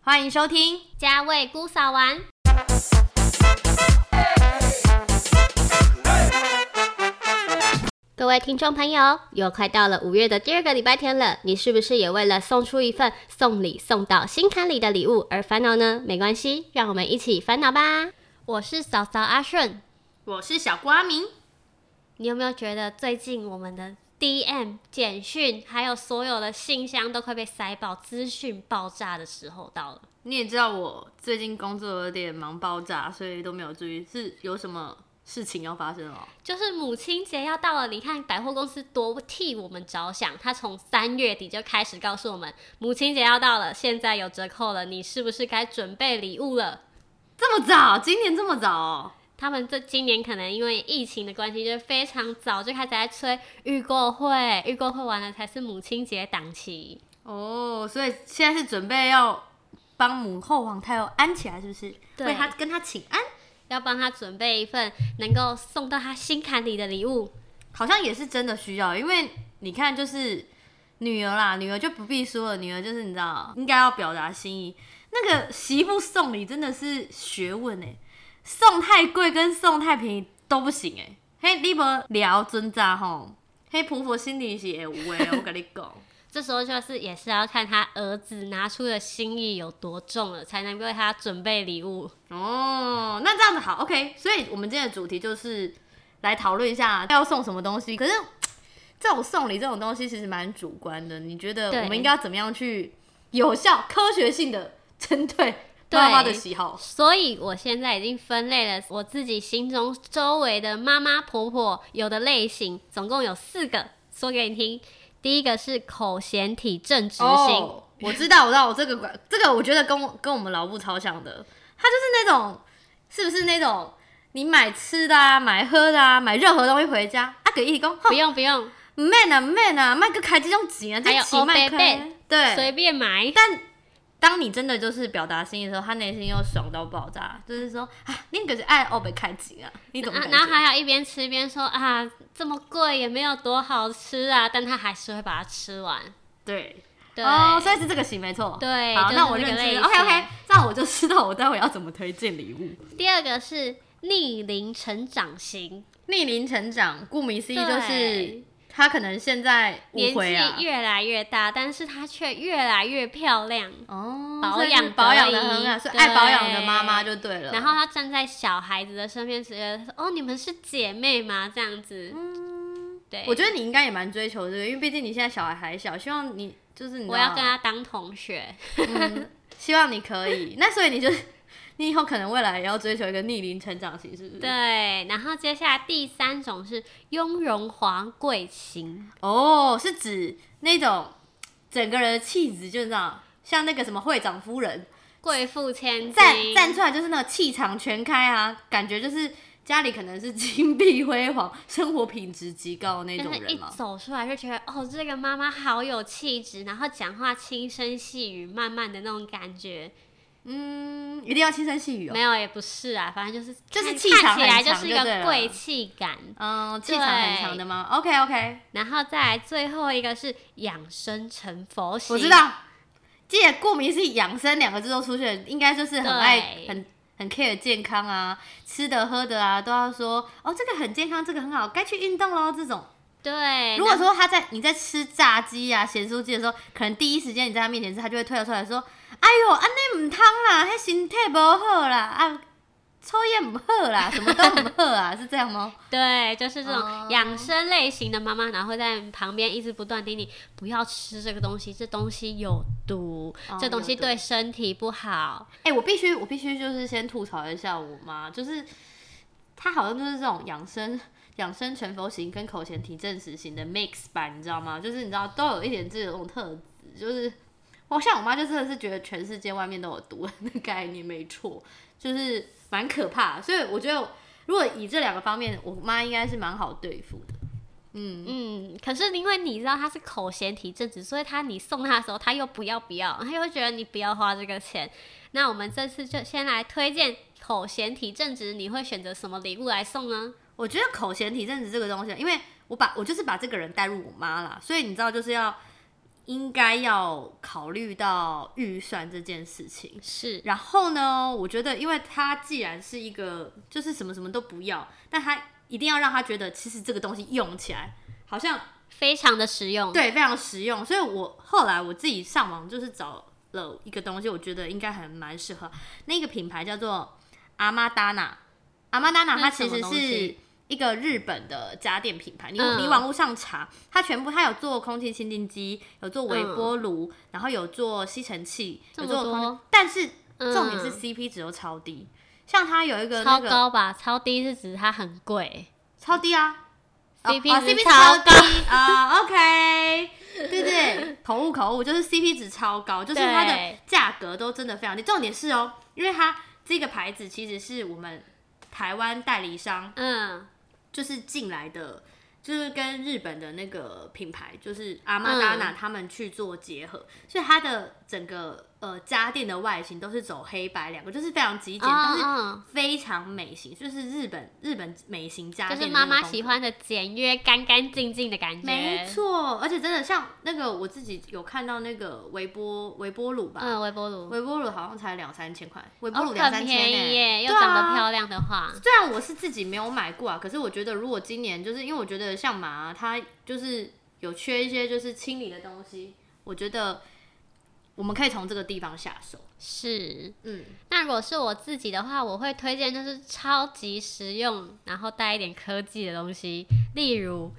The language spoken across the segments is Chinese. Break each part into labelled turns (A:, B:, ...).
A: 欢迎收听。
B: 家味姑嫂玩。各位听众朋友，又快到了五月的第二个礼拜天了，你是不是也为了送出一份送礼送到心坎里的礼物而烦恼呢？没关系，让我们一起烦恼吧。我是嫂嫂阿顺，
A: 我是小瓜明，
B: 你有没有觉得最近我们的 DM 简讯，还有所有的信箱都快被塞爆，资讯爆炸的时候到了？
A: 你也知道我最近工作有点忙爆炸，所以都没有注意是有什么事情要发生哦。
B: 就是母亲节要到了，你看百货公司多替我们着想，他从三月底就开始告诉我们母亲节要到了，现在有折扣了，你是不是该准备礼物了？
A: 这么早，今年这么早哦、
B: 他们这今年可能因为疫情的关系，就非常早就开始在催预购会，预购会完了才是母亲节档期。
A: 哦，所以现在是准备要帮母后皇太后安起来，是不是？
B: 对
A: 为她跟她请安，
B: 要帮他准备一份能够送到他心坎里的礼物，
A: 好像也是真的需要，因为你看，就是女儿啦，女儿就不必说了，女儿就是你知道，应该要表达心意。那个媳妇送礼真的是学问哎、送太贵跟送太便宜都不行哎、嘿，你无聊尊渣吼，嘿婆婆心里是会有诶，我跟你讲。
B: 这时候就是也是要看他儿子拿出的心意有多重了，才能为他准备礼物。
A: 哦，那这样子好，OK。所以我们今天的主题就是来讨论一下要送什么东西。可是这种送礼这种东西其实蛮主观的，你觉得
B: 对
A: 我们应该要怎么样去有效、科学性的针对
B: 对
A: 妈妈的喜好？
B: 所以我现在已经分类了我自己心中周围的妈妈婆婆有的类型，总共有四个，说给你听。第一个是口嫌体正直型，
A: 哦我知道，我知道，我这个这个我觉得跟我跟我们老布超像的，他就是那种是不是那种你买吃的啊、买喝的啊、买任何东西回家，啊给义工，
B: 不
A: 哼，
B: 用不 用，
A: 唔免啊唔免啊，卖个开这种钱啊，
B: 还
A: 这
B: 有哦
A: 钱卖
B: 黑
A: 开
B: 白，
A: 对，
B: 随便买。
A: 但当你真的就是表达心意的时候，他内心又爽到爆炸，就是说啊，你可是爱哦被开机啊，你懂
B: 啊
A: 感，
B: 然后
A: 觉？
B: 还有一边吃一边说啊，这么贵也没有多好吃啊，但他还是会把它吃完。
A: 对，
B: 对，
A: 哦，所以是这个型没错。
B: 对
A: 好，
B: 就是
A: 那我
B: 这个
A: 认知
B: 类型
A: OK OK，这样我就知道我待会要怎么推荐礼物。
B: 第二个是逆龄成长型，
A: 逆龄成长，顾名思义就是
B: 对
A: 他可能现在
B: 年
A: 误会啊
B: 纪，越来越大，但是她却越来越漂亮。
A: 哦，
B: 保
A: 所以是
B: 养
A: 保
B: 得
A: 养
B: 宜
A: 的很好，是
B: 对
A: 爱保养的妈妈就对了。
B: 然后她站在小孩子的身边，觉得说哦，你们是姐妹吗？这样子，对，
A: 嗯我觉得你应该也蛮追求这个，因为毕竟你现在小孩还小，希望你就是你知
B: 我要
A: 道
B: 跟她当同学，
A: 嗯希望你可以。 那所以你就，你以后可能未来也要追求一个逆龄成长型，是不是？。
B: 对。啊然后接下来第三种是雍容华贵型，
A: 哦，是指那种整个人的气质，就这样，像那个什么会长夫人
B: 贵妇千
A: 站
B: 金，
A: 站出来，就是那个气场全开啊，感觉就是家里可能是金碧辉煌，生活品质极高的那种
B: 但是
A: 人
B: 一
A: 嘛。
B: 走出来就觉得哦，这个妈妈好有气质，然后讲话轻声细语，慢慢的那种感觉。
A: 嗯，一定要轻声细语哦
B: 没。有，也不是啊，反正就是
A: 就是
B: 看
A: 气场
B: 看起
A: 很
B: 来就
A: 强
B: 是一
A: 就对
B: 个
A: 了
B: 贵气感。
A: 嗯，气场很强的吗？OK OK，
B: 然后再来最后一个是养生成佛型，
A: 我知，道，既然顾名是“养生”两个字都出现，应该就是很爱
B: 对
A: 很很 care 健康啊，吃的喝的啊，都要说哦，这个很健康，这个很好，该去运动喽。这种，
B: 对，
A: 如果说他在你在吃炸鸡啊、咸酥鸡的时候，可能第一时间你在他面前吃，他就会退了出来说：“哎呦，安内唔汤啦，迄身体不好啦，啊，抽烟唔好啦，什么都唔好啊，是这样吗？”
B: 对，就是这
A: 哦
B: 种养生类型的妈妈，然后会在旁边一直不断叮咛，不要吃这个东西，这东西有毒，
A: 哦
B: 这东西
A: 有毒
B: 对身体不好。
A: 哎、我必须，我必须就是先吐槽一下我妈，就是她好像就是这种养生、养生全佛型跟口嫌体正实型的 mix 版，你知道吗？就是你知道都有一点这种特质，就是我像我妈就真的是觉得全世界外面都有毒的那个概念，没错，就是蛮可怕的所以我觉得，如果以这两个方面，我妈应该是蛮好对付的。
B: 嗯，可是因为你知道他是口嫌体正直，所以他你送他的时候，他又不要不要，他又觉得你不要花这个钱。那我们这次就先来推荐口嫌体正直，你会选择什么礼物来送呢？
A: 我觉得口嫌体正直这个东西，因为我把我就是把这个人带入我妈啦，所以你知道就是要应该要考虑到预算这件事情。
B: 是
A: 然后呢，我觉得，因为他既然是一个就是什么什么都不要，但他一定要让他觉得，其实这个东西用起来好像
B: 非常的实用。
A: 对，非常实用。所以我后来我自己上网就是找了一个东西，我觉得应该还蛮适合。那个品牌叫做阿玛达娜，阿玛达娜它
B: 那是
A: 其
B: 什么
A: 实
B: 东西
A: 是一个日本的家电品牌。你、你
B: 嗯
A: 网络上查，它全部它有做空气清净机，有做微
B: 嗯
A: 波炉，然后有做吸尘器，
B: 这
A: 有
B: 么
A: 做空
B: 多
A: 气，但是
B: 嗯
A: 重点是 CP 值都超低。像它有一个那
B: 超
A: 个
B: 高吧，超低是指它很贵。
A: 超低啊。哦
B: CP
A: 哦
B: 值
A: CP
B: 超
A: 值超低啊、o k 对对，口误口误，就是 CP 值超高，就是它的
B: 对
A: 价格都真的非常低。重点是哦，因为它这个牌子其实是我们台湾代理商
B: 嗯，
A: 就是进来的，就是跟日本的那个品牌就是阿玛达
B: 嗯
A: 娜他们去做结合，所以它的整个呃家电的外形都是走黑白两个，就是非常极简，但是
B: 嗯
A: 非常美型，就是日本日本美型家
B: 嗯，就
A: 电的
B: 是
A: 那
B: 妈
A: 种
B: 妈
A: 风
B: 喜
A: 格
B: 欢的简约、干干净净的感觉。
A: 没错，而且真的像那个我自己有看到那个微波微波炉吧，
B: 嗯，微波炉，
A: 微波炉好像才两三千块，微波
B: 哦，
A: 炉两
B: 很
A: 三千呢、
B: 便宜耶，又
A: 对啊
B: 长得漂亮的话，
A: 虽然我是自己没有买过啊，可是我觉得如果今年就是因为我觉得像马、它就是有缺一些就是清理的东西，我觉得我们可以从这个地方下手。
B: 是。
A: 嗯，
B: 那如果是我自己的话，我会推荐就是超级实用，然后带一点科技的东西，例如。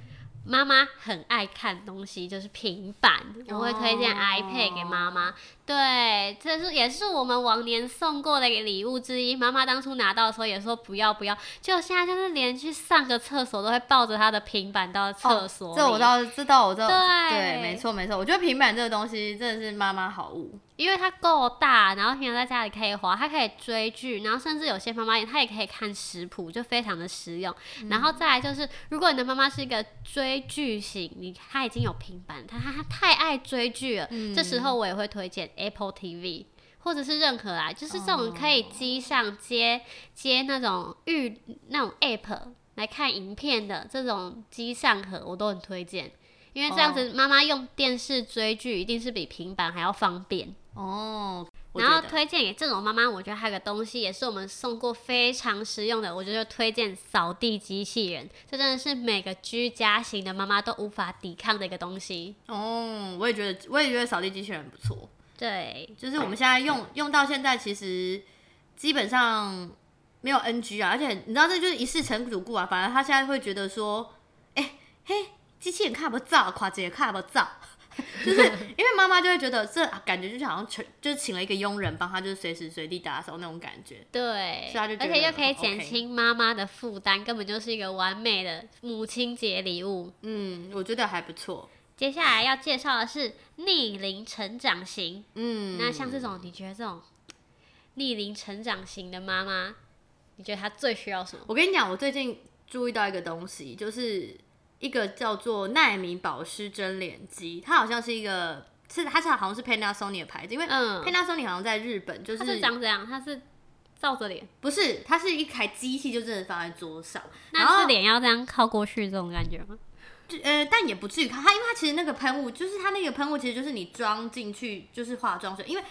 B: 妈妈很爱看东西，就是平板，我会推荐
A: 哦
B: iPad 给妈妈。对，这是也是我们往年送过的一个礼物之一。妈妈当初拿到的时候也说不要不要，就现在就是连去上个厕所都会抱着她的平板到厕所里、
A: 哦这我知道，这道我知道，
B: 对
A: 对，没错没错。我觉得平板这个东西真的是妈妈好物，
B: 因为它够大，然后平常在家里可以滑，它可以追剧，然后甚至有些妈妈也她也可以看食谱，就非常的实用。然后再来就是，如果你的妈妈是一个追剧型，你她已经有平板，她她她太爱追剧了，这时候我也会推荐 Apple TV。或者是任何啊，就是这种可以机上接、接那种预那种 app 来看影片的这种机上盒，我都很推荐，因为这样子妈妈用电视追剧一定是比平板还要方便。
A: 哦。我
B: 然后
A: 觉得
B: 推荐给这种妈妈，我觉得还有个东西也是我们送过非常实用的，我觉得就推荐扫地机器人，这真的是每个居家型的妈妈都无法抵抗的一个东西。
A: 哦，我也觉得，我也觉得扫地机器人很不错。
B: 对，
A: 就是我们现在用用到现在，其实基本上没有 NG 啊，而且你知道这就是一世成主顾啊，反而他现在会觉得说，哎、嘿，机器人看不照，垮姐看不照， 就是因为妈妈就会觉得这啊感觉就好像请就是请了一个佣人帮他，就是随时随地打扫那种感觉。
B: 对
A: 所以她就，觉
B: 而
A: 得
B: 且又可以
A: OK
B: 减轻妈妈的负担，根本就是一个完美的母亲节礼物。
A: 嗯，我觉得还不错。
B: 接下来要介绍的是逆龄成长型，
A: 嗯，
B: 那像这种，你觉得这种逆龄成长型的妈妈，你觉得她最需要什么？
A: 我跟你讲，我最近注意到一个东西，就是一个叫做纳米保湿蒸脸机，它好像是一个是它是好像是 Panasonic 的牌子，因为
B: 嗯
A: Panasonic 好像在日本就
B: 她是
A: 是
B: 长怎样？她是照着脸。
A: 不是它是一台机器，就真的放在桌上，然
B: 那
A: 后
B: 是脸要这样靠过去这种感觉吗？
A: 就呃，但也不至于它，它因为它其实那个喷雾，就是它那个喷雾其实就是你装进去就是化妆水，因为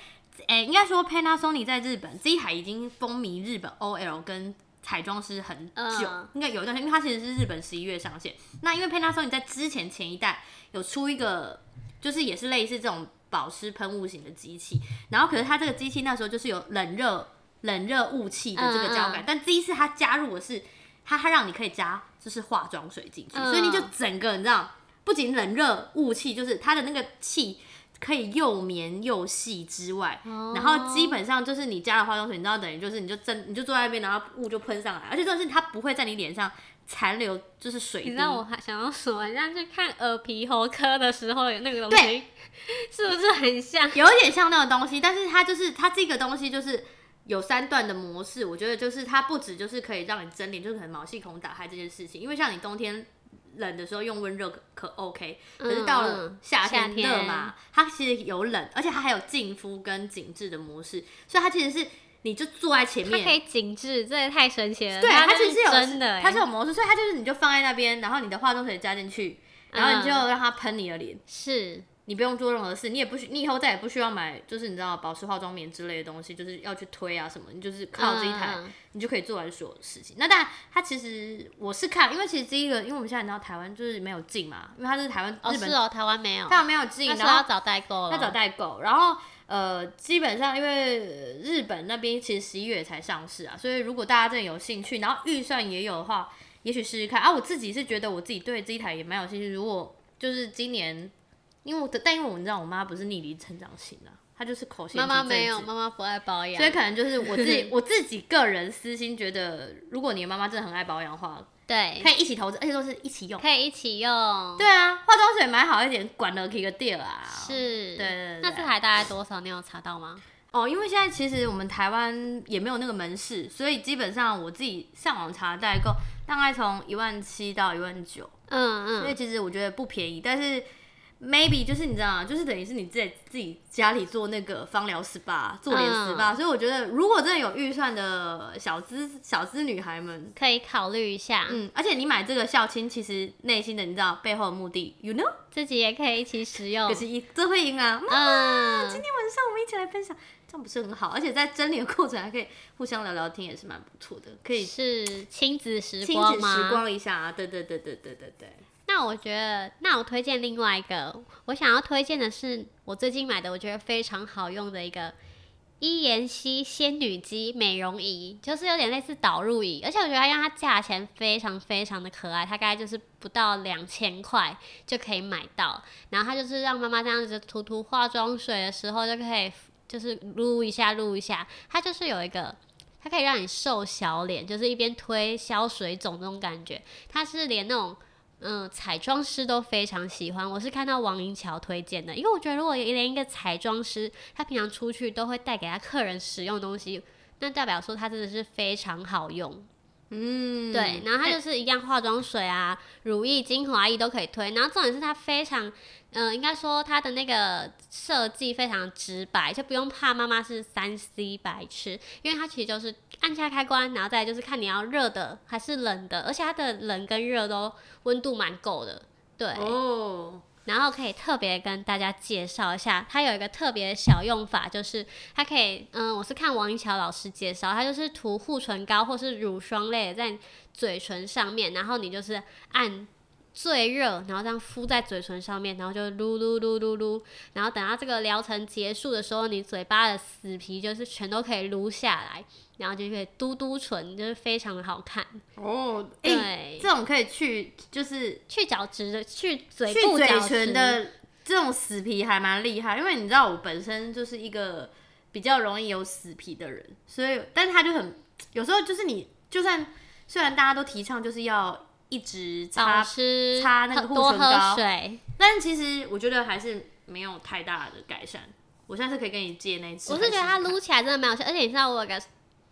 A: 诶、应该说 Panasonic 在日本这一台已经风靡日本 OL 跟彩妆师很久，
B: 嗯
A: 应该有一段时间，因为它其实是日本十一月上线。那因为 Panasonic 在之前前一代有出一个，就是也是类似这种保湿喷雾型的机器，然后可是它这个机器那时候就是有冷热冷热雾气的这个胶感，但这一次它加入的是它它让你可以加就是化妆水进去，
B: 嗯
A: 所以你就整个你知道，不仅冷热雾气，就是它的那个气可以又绵又细之外，
B: 哦
A: 然后基本上就是你加了化妆水，你知道等于就是你就真你就坐在那边，然后雾就喷上来，而且重点是它不会在你脸上残留就是水滴。
B: 你知道我还想要什么？你像去看耳鼻喉科的时候有那个东
A: 对
B: 西， 是不是很像？
A: 有点像那个东西，但是它就是它这个东西就是有三段的模式，我觉得就是它不止就是可以让你蒸脸，就是可能毛细孔打开这件事情，因为像你冬天。冷的时候用温热可可 OK，可是到了
B: 嗯
A: 夏天
B: 夏天
A: 热嘛，它其实有冷，而且它还有净肤跟紧致的模式，所以它其实是你就坐在前
B: 它
A: 面，
B: 可以紧致，这也太神奇了。
A: 对，它
B: 它
A: 其
B: 就
A: 实是
B: 是
A: 有
B: 真的欸，
A: 它是有模式，
B: 嗯
A: 所以它就是你就放在那边，然后你的化妆水加进去，然后你就让它喷你的脸，
B: 是
A: 你不用做任何事，你也不需，你以后再也不需要买，就是你知道保湿化妆棉之类的东西，就是要去推啊什么，你就是靠这一台，
B: 嗯
A: 你就可以做完所有事情。那当然，它其实我是看，因为其实第一个，因为我们现在你知道台湾就是没有进嘛，因为它是台湾、
B: 哦
A: 日本
B: 是，哦，台湾没有，
A: 当然没有进，
B: 那时
A: 然
B: 候要
A: 后
B: 找代购了，
A: 要找代购，然后呃，基本上因为呃日本那边其实十一月才上市啊，所以如果大家真的有兴趣，然后预算也有的话，也许试试看啊。我自己是觉得我自己对这一台也蛮有兴趣，如果就是今年，因为我的，但因为我们知道我妈不是逆龄成长型的、啊，她就是口型
B: 妈妈没有，
A: 嘛。
B: 妈妈不爱保养，
A: 所以可能就是我自己我自己个人私心觉得，如果你的妈妈真的很爱保养的话，
B: 对
A: 可，以一起投资，而且都是一起用。
B: 可以一起用，
A: 对啊，化妆水买好一点，管了几个地儿啊。对
B: 是，
A: 对对
B: 那这台大概多少？你有查到吗？
A: 哦，因为现在其实我们台湾也没有那个门市，所以基本上我自己上网查代购，大概从一万七到一万九，
B: 嗯
A: 所
B: 嗯，
A: 以其实我觉得不便宜，但是。maybe 就是你知道吗？就是等于是你自己自己家里做那个芳疗 SPA，做脸
B: 嗯
A: SPA，、所以我觉得如果真的有预算的小资小资女孩们，
B: 可以考虑一下，
A: 嗯，而且你买这个孝亲，其实内心的你知道背后的目的，you know，
B: 自己也可以一起使用
A: 可。是一这会赢啊。那
B: 嗯，
A: 晚上我们一起来分享，这样不是很好？而且在整理的过程还可以互相聊聊天，也是蛮不错的，可以
B: 是亲子时
A: 亲
B: 光
A: 子
B: 吗？
A: 时光一下啊。对对对对对对对，
B: 那我觉得，那我推荐另外一个，我想要推荐的是我最近买的，我觉得非常好用的一个伊妍希仙女肌美容仪，就是有点类似导入仪，而且我觉得它让它价钱非常非常的可爱，它大概就是不到两千块就可以买到，然后它就是让妈妈这样子涂涂化妆水的时候就可以，就是撸一下撸一下，它就是有一个。它可以让你瘦小脸，就是一边推消水肿那种感觉。它是连那种嗯，彩妆师都非常喜欢。我是看到王银桥推荐的，因为我觉得如果连一个彩妆师，他平常出去都会带给他客人使用的东西，那代表说他真的是非常好用。
A: 嗯，
B: 对，然后它
A: 哎
B: 就是一样化妆水啊、乳液、精华液都可以推。然后重点是它非常，嗯、应该说它的那个设计非常直白，就不用怕妈妈是三 C 白痴，因为它其实就是按下开关，然后再来就是看你要热的还是冷的，而且它的冷跟热都温度蛮够的。对，
A: 哦，
B: 然后可以特别跟大家介绍一下，它有一个特别的小用法，就是它可以，嗯，我是看王一桥老师介绍，它就是涂护唇膏或是乳霜类的在你嘴唇上面，然后你就是按最热，然后这样敷在嘴唇上面，然后就噜噜噜噜噜，然后等到这个疗程结束的时候，你嘴巴的死皮就是全都可以撸下来，然后就可以嘟嘟唇，就是非常的好看。
A: 哦，哎、
B: 对，
A: 这种可以去就是
B: 去角质的，去嘴
A: 去
B: 部
A: 嘴
B: 角
A: 唇
B: 质
A: 的这种死皮还蛮厉害，因为你知道我本身就是一个比较容易有死皮的人，所以但是他就很有时候就是你就算虽然大家都提倡就是要一直
B: 保
A: 擦，
B: 湿，
A: 擦那个
B: 喝
A: 护
B: 多
A: 唇
B: 喝
A: 膏
B: 水。
A: 但其实我觉得还是没有太大的改善。我下次可以跟你借那一次
B: 我
A: 来
B: 是
A: 试试
B: 觉得
A: 看，
B: 它撸起来真的蛮有趣，而且你知道我有个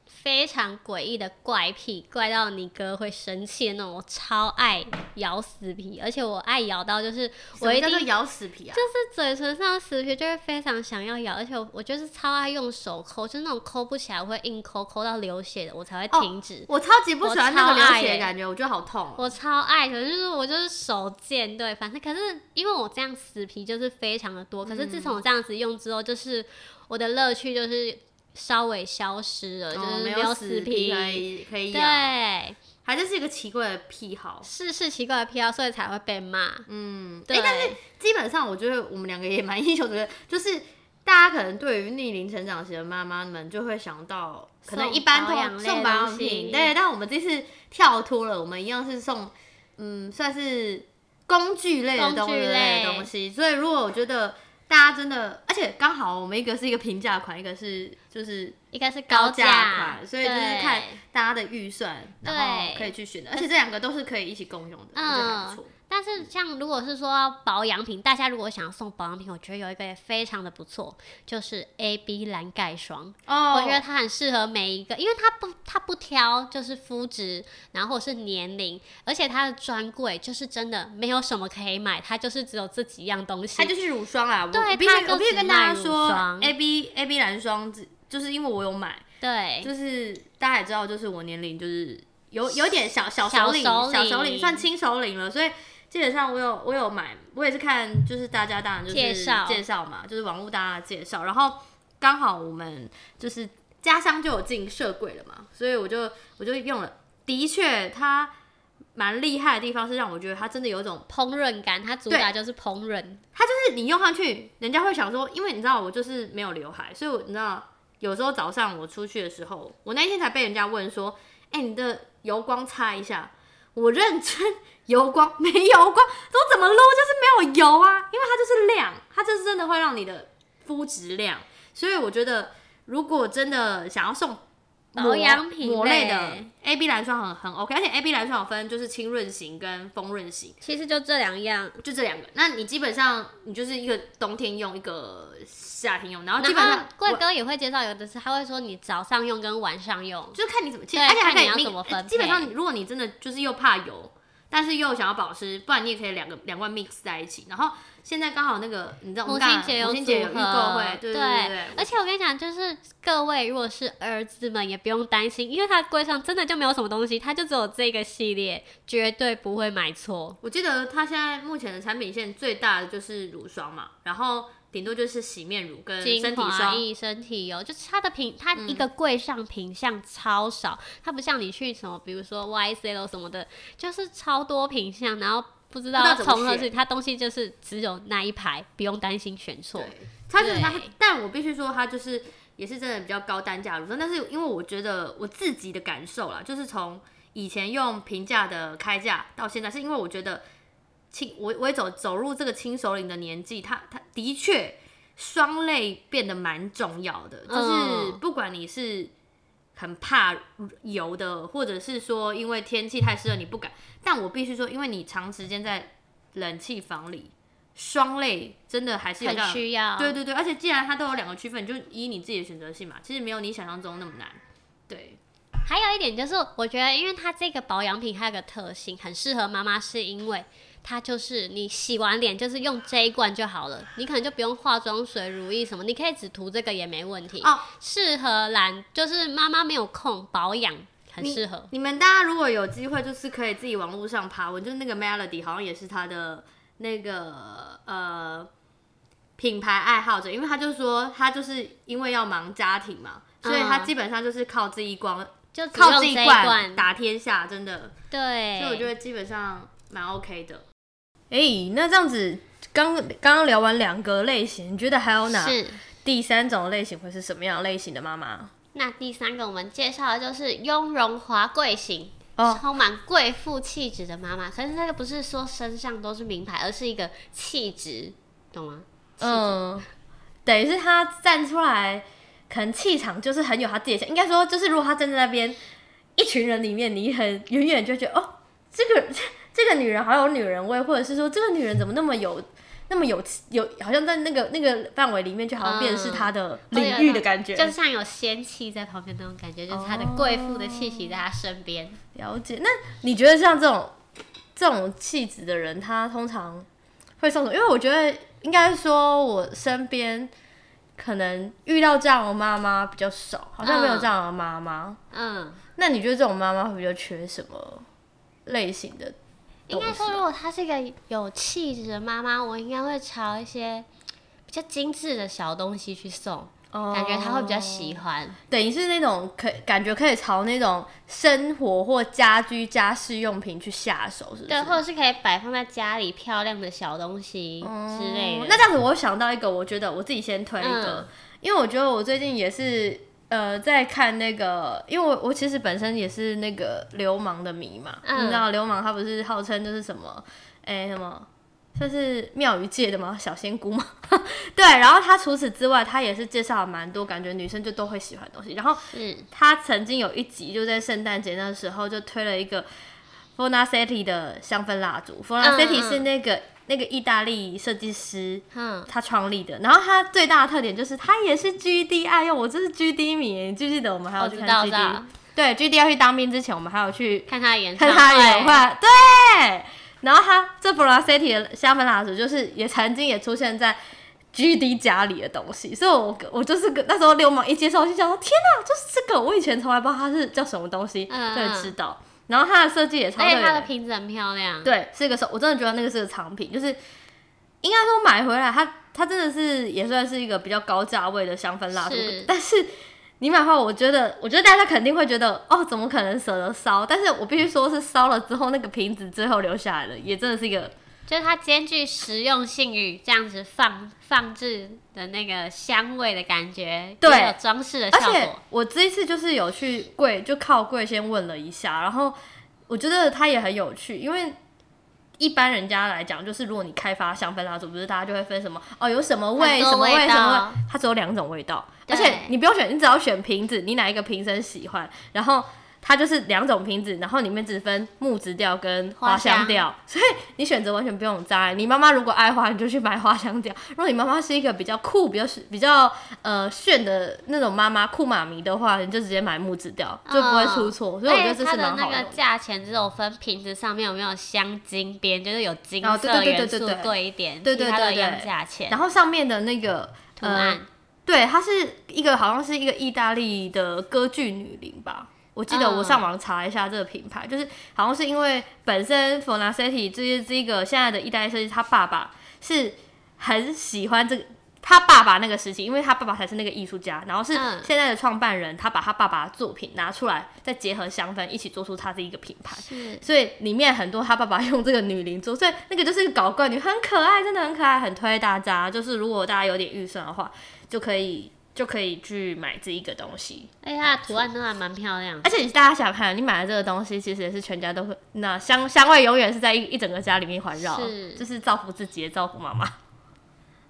B: 非常诡异的怪癖，怪到你哥会生气的那种，我超爱咬死皮，而且我爱咬到就是
A: 什
B: 我
A: 么
B: 一
A: 叫
B: 定
A: 做咬死皮啊？
B: 就是嘴唇上的死皮就会非常想要咬，而且我我就是超爱用手抠，就是那种抠不起来我会硬抠，抠到流血的我才会
A: 哦
B: 停止。
A: 我超级不喜欢那个
B: 我超
A: 流
B: 爱欸
A: 血的
B: 耶
A: 感觉，我觉得好痛哦、
B: 我超爱，可是就是我就是手贱，对，反正可是因为我这样死皮就是非常的多，可是自
A: 嗯
B: 从我这样子用之后，就是我的乐趣就是稍微消失了，就
A: 哦
B: 是
A: 没
B: 有
A: 死
B: 皮。
A: 可以可以咬，
B: 对，
A: 还真是一个奇怪的癖好。
B: 是是奇怪的癖好，所以才会被骂。
A: 哦嗯，
B: 对，
A: 哎但是基本上我觉得我们两个也蛮英雄的，就是大家可能对于逆龄成长型的妈妈们就会想到，可能
B: 送
A: 一般
B: 保
A: 都
B: 养类
A: 送
B: 的
A: 保养
B: 东
A: 品，
B: 西
A: 对，但我们这次跳脱了，我们一样是送，嗯，算是工具类的
B: 工
A: 东西
B: 具
A: 类
B: 类
A: 的东西，所以如果我觉得。大家真的，而且刚好我们一个是一个平价款，一个是就是
B: 应该是
A: 高价
B: 价
A: 款，所以就是
B: 对
A: 看大家的预算，然后
B: 对
A: 可以去选择，而且这两个都是可以一起共用的，我觉得还不
B: 嗯
A: 错。
B: 但是像如果是说保养品，大家如果想要送保养品，我觉得有一个也非常的不错，就是 A B 蓝盖霜。
A: 哦
B: 嗯我觉得它很适合每一个，因为它不它不挑，就是肤质，然后或是年龄，而且它的专柜就是真的没有什么可以买，它就是只有这几样东西
A: 它。就是乳霜啦。我
B: 对
A: 我必
B: 它
A: 须
B: 就
A: 我必须
B: 只
A: 跟大家
B: 卖乳
A: 说
B: 霜
A: ，A B A B 蓝霜只，就是因为我有买，
B: 对，
A: 就是大家也知道，就是我年龄就是有有点小小
B: 小
A: 手领，
B: 熟
A: 小手
B: 龄
A: 领算轻手领了，所以基本上我有我有买，我也是看就是大家当然就是
B: 介绍
A: 介绍嘛，就是网络大家的介绍，然后刚好我们就是家乡就有进社柜了嘛，所以我就我就用了，的确它蛮厉害的地方是让我觉得它真的有一种
B: 烹饪感，它主打就是烹饪，
A: 它就是你用上去，人家会想说，因为你知道我就是没有刘海，所以我你知道有时候早上我出去的时候，我那天才被人家问说，哎、你的油光擦一下。我认真油光没油光，都怎么撸就是没有油啊，因为它就是亮，它就是真的会让你的肤质亮。所以我觉得，如果真的想要送
B: 保
A: 膜
B: 养品
A: 膜类的
B: 类
A: A B 蓝霜很很 OK，而且 A B 蓝霜有分就是清润型跟丰润型。
B: 其实就这两样。
A: 就这两个。那你基本上你就是一个冬天用，一个夏天用，然后基
B: 然
A: 本上
B: 后贵
A: 我
B: 哥也会介绍，有的是他会说你早上用跟晚上用，
A: 就是看你怎么，其实
B: 对
A: 而且还
B: 看
A: 可
B: 你
A: 以
B: 要
A: 你哎
B: 怎么分
A: 基本
B: 配
A: 上如果你真的就是又怕油，但是又想要保湿，不然你也可以两个两罐 mix 在一起。然后现在刚好那个你知道我
B: 母
A: 们刚
B: 亲
A: 好
B: 节
A: 母
B: 有
A: 亲节有预
B: 组合
A: 购会，对
B: 对
A: 对对
B: 而且我跟你讲，就是各位如果是儿子们也不用担心，因为他的柜上真的就没有什么东西，他就只有这个系列，绝对不会买错。
A: 我记得它现在目前的产品线最大的就是乳霜嘛，然后顶多就是洗面乳跟
B: 精
A: 身体嗯
B: 华
A: 霜，
B: 液、身体油，就是它的品，它一个柜上品相超少，它不像你去什么，比如说 YSL 什么的，就是超多品相，然后不知道
A: 不知道
B: 要
A: 怎么
B: 从何
A: 选
B: 去，它东西就是只有那一排，不用担心选错
A: 对。，它就是它
B: 对，
A: 但我必须说，它就是也是真的比较高单价的乳霜。但是因为我觉得我自己的感受啦，就是从以前用平价的开价到现在，是因为我觉得轻，我我也走走入这个轻熟龄的年纪，它它的确双类变得蛮重要的，就是
B: 嗯
A: 不管你是。很怕油的，或者是说因为天气太湿了你不敢，但我必须说，因为你长时间在冷气房里，双类真的还是有
B: 很
A: 让人
B: 需要，
A: 对对对，而且既然它都有两个区分，你就依你自己的选择性嘛，其实没有你想象中那么难。对，
B: 还有一点就是，我觉得因为它这个保养品还有个特性，很适合妈妈，是因为它就是你洗完脸就是用这一罐就好了，你可能就不用化妆水、乳液什么，你可以只涂这个也没问题。
A: 哦，
B: 适合懒，就是妈妈没有空保养，很适合。
A: 你们大家如果有机会，就是可以自己网络上爬文，就是那个 Melody 好像也是他的那个呃品牌爱好者，因为他就说他就是因为要忙家庭嘛，所以他
B: 嗯
A: 基本上就是靠这一光，
B: 就只
A: 靠
B: 用
A: 这
B: 这一
A: 罐
B: 罐，
A: 打天下，真的。
B: 对，
A: 所以我觉得基本上蛮 OK 的。哎、那这样子，刚刚刚聊完两个类型，你觉得还有哪
B: 是。
A: 第三种类型会是什么样类型的妈妈？
B: 那第三个我们介绍的就是雍容华贵型，
A: 哦
B: 充满贵妇气质的妈妈。可是那个不是说身上都是名牌，而是一个气质，懂吗？
A: 嗯，等于是她站出来，可能气场就是很有她自己的，应该说就是如果她站在那边，一群人里面，你很远远就觉得哦，这个这个女人好有女人味，或者是说这个女人怎么那么有。那么有有，好像在那个那个范围里面，就好像变成是她的
B: 哦会有
A: 领
B: 一
A: 域
B: 种
A: 的感觉，
B: 就像有仙气在旁边那种感觉，就是她的贵妇的气息在她身边。
A: 了解。那你觉得像这种这种气质的人，他通常会送什么？因为我觉得应该说，我身边可能遇到这样的妈妈比较少，好像没有这样的妈妈。
B: 嗯，
A: 那你觉得这种妈妈会比较缺什么类型的？
B: 应该说，如果她是一个有气质的妈妈，我应该会朝一些比较精致的小东西去送，
A: 哦
B: 感觉她会比较喜欢。
A: 等于是那种可感觉可以朝那种生活或家居家饰用品去下手，是不是？
B: 对，或者是可以摆放在家里漂亮的小东西之类的。
A: 哦那这样子，我想到一个，我觉得我自己先推一个，
B: 嗯
A: 因为我觉得我最近也是呃在看那个，因为我我其实本身也是那个流氓的迷嘛，
B: 嗯
A: 你知道流氓他不是号称就是什么，哎、什么。算是庙宇界的吗？ 小仙姑嘛，对。然后他除此之外，他也是介绍了蛮多感觉女生就都会喜欢的东西。然后
B: 是
A: 他曾经有一集就在圣诞节那时候就推了一个 Fornasetti 的香氛蜡烛，Fornasetti
B: 嗯
A: 是那个、那个意大利设计师
B: 嗯，
A: 他创立的，然后他最大的特点就是他也是 GD 爱用，我这是 GD 迷，你记不记得我们还
B: 我
A: 要去
B: 知道，
A: 看
B: 知
A: GD？
B: 道。
A: 对，GD 要去当兵之前，我们还有去
B: 看他的演唱
A: 看
B: 会，
A: 他演话，对。然后他这 b r a c e t t i 的香氛蜡烛，就是也曾经也出现在 GD 家里的东西，所以我我就是个那时候流氓一接受，我就想说天哪，就是这个，我以前从来不知道它是叫什么东西，
B: 嗯
A: 对，知道。然后它的设计也超
B: 而
A: 特
B: 且
A: 别
B: 它的瓶子很漂亮。
A: 对，是一个手，我真的觉得那个是个藏品，就是应该说买回来它它真的是也算是一个比较高价位的香氛蜡烛
B: 是，
A: 但是你买回来，我觉得我觉得大家肯定会觉得哦，怎么可能舍得烧？但是我必须说是烧了之后，那个瓶子最后留下来了，也真的是一个
B: 就是它兼具实用性与这样子放放置的那个香味的感觉，
A: 对
B: 也有装饰的
A: 而
B: 效
A: 且
B: 果。
A: 我这一次就是有去柜，就靠柜先问了一下，然后我觉得它也很有趣，因为一般人家来讲，就是如果你开发香氛蜡烛，不是大家就会分什么哦，有什么味、
B: 很多
A: 什么什
B: 味道
A: 么味，它只有两种味道，
B: 对
A: 而且你不用选，你只要选瓶子，你哪一个瓶身喜欢，然后。它就是两种瓶子，然后里面只分木质调跟
B: 花
A: 花香
B: 香
A: 调，所以你选择完全不用有障碍。你妈妈如果爱花，你就去买花香调；如果你妈妈是一个比较酷、比较比较呃炫的那种妈妈酷妈咪的话，你就直接买木质调，就不会出错。所以我觉得这是
B: 而且哎它
A: 蛮
B: 的
A: 好
B: 那
A: 用
B: 个
A: 的。
B: 价钱只有分瓶子上面有没有镶金边，就是有金
A: 哦对
B: 色
A: 对对
B: 元
A: 对
B: 素
A: 对对
B: 贵一点，
A: 对对
B: 其他的
A: 对对
B: 样价钱
A: 然后上面的那个
B: 图
A: 呃
B: 案，。
A: 对，它是一个好像是一个意大利的歌剧女伶吧。我记得
B: 嗯
A: 我上网查一下这个品牌，就是好像是因为本身 Fornasetti 这些这个现在的意大利设计师，他爸爸是很喜欢这个。他爸爸那个时期，因为他爸爸才是那个艺术家，然后是
B: 嗯
A: 现在的创办人，他把他爸爸的作品拿出来，再结合香氛一起做出他这一个品牌。
B: 是
A: 所以里面很多他爸爸用这个女灵做，所以那个就是搞怪女，很可爱，真的很可爱，很推大家。就是如果大家有点预算的话，就可以就可以去买这一个东西。
B: 而且哎它的图案都还蛮漂亮的，
A: 而且大家想看，你买了这个东西，其实也是全家都会，那香香味永远是在一一整个家里面环绕，
B: 是
A: 就是造福自己，也造福妈妈。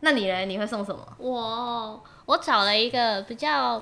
A: 那你嘞，你会送什么？
B: 我我找了一个比较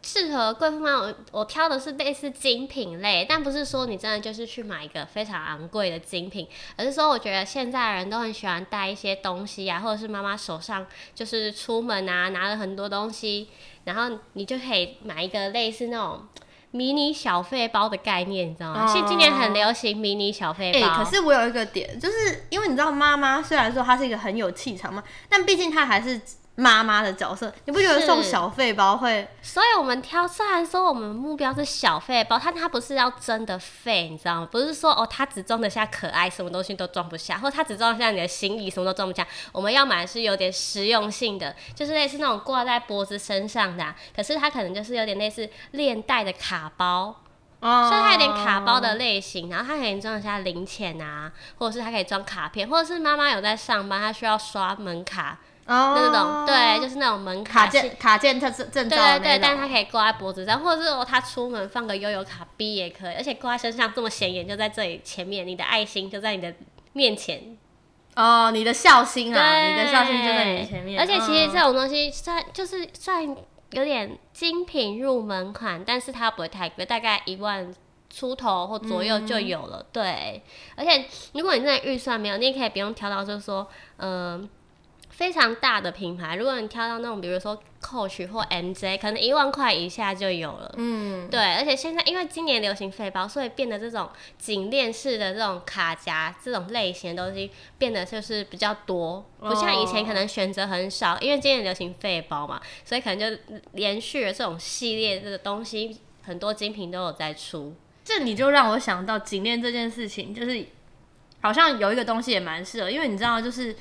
B: 适合贵妇妈，我我挑的是类似精品类，但不是说你真的就是去买一个非常昂贵的精品，而是说我觉得现在人都很喜欢带一些东西啊，或者是妈妈手上就是出门啊拿了很多东西，然后你就可以买一个类似那种。迷你小费包的概念，你知道吗？
A: 哦
B: 现、今年很流行迷你小费包、
A: 可是我有一个点，就是因为你知道，妈妈虽然说她是一个很有气场嘛，但毕竟她还是妈妈的角色，你不觉得
B: 是
A: 送小费包会
B: 所以我们挑，虽然说我们目标是小费包，但它不是要真的费，你知道吗？不是说哦，它只装得下可爱，什么东西都装不下，或它只装得下你的心意，什么都装不下。我们要买的是有点实用性的，就是类似那种挂在脖子身上的啊、可是它可能就是有点类似链带的卡包，
A: 哦
B: 所以它有点卡包的类型，然后它可以装一下零钱啊，或者是它可以装卡片，或者是妈妈有在上班，她需要刷门卡、
A: 哦
B: 那种，对，就是那种门
A: 卡
B: 系
A: 件卡件它证证照
B: 对
A: 的
B: 对
A: 那
B: 对，但是
A: 种。
B: 它可以挂在脖子上，或者是哦，他出门放个悠游卡 B 也可以，而且挂在身上这么显眼，就在这里前面，你的爱心就在你的面前，
A: 哦，你的孝心啊，
B: 对，
A: 你的孝心就在你前面。
B: 而且其实
A: 嗯
B: 这种东西算就是算有点精品入门款，但是它不会太贵，大概一万。出头或左右就有了，对。而且如果你真的预算没有，你也可以不用挑到，就是说，嗯、非常大的品牌。如果你挑到那种，比如说 Coach 或 MJ，可能一万块以下就有了。
A: 嗯，
B: 对，而且现在因为今年流行背包，所以变得这种颈链式的这种卡夹这种类型的东西变得就是比较多，
A: 哦
B: 不像以前可能选择很少，因为今年流行背包嘛，所以可能就连续的这种系列的东西，很多精品都有在出。
A: 这你就让我想到颈链这件事情，就是好像有一个东西也蛮适合，因为你知道，就是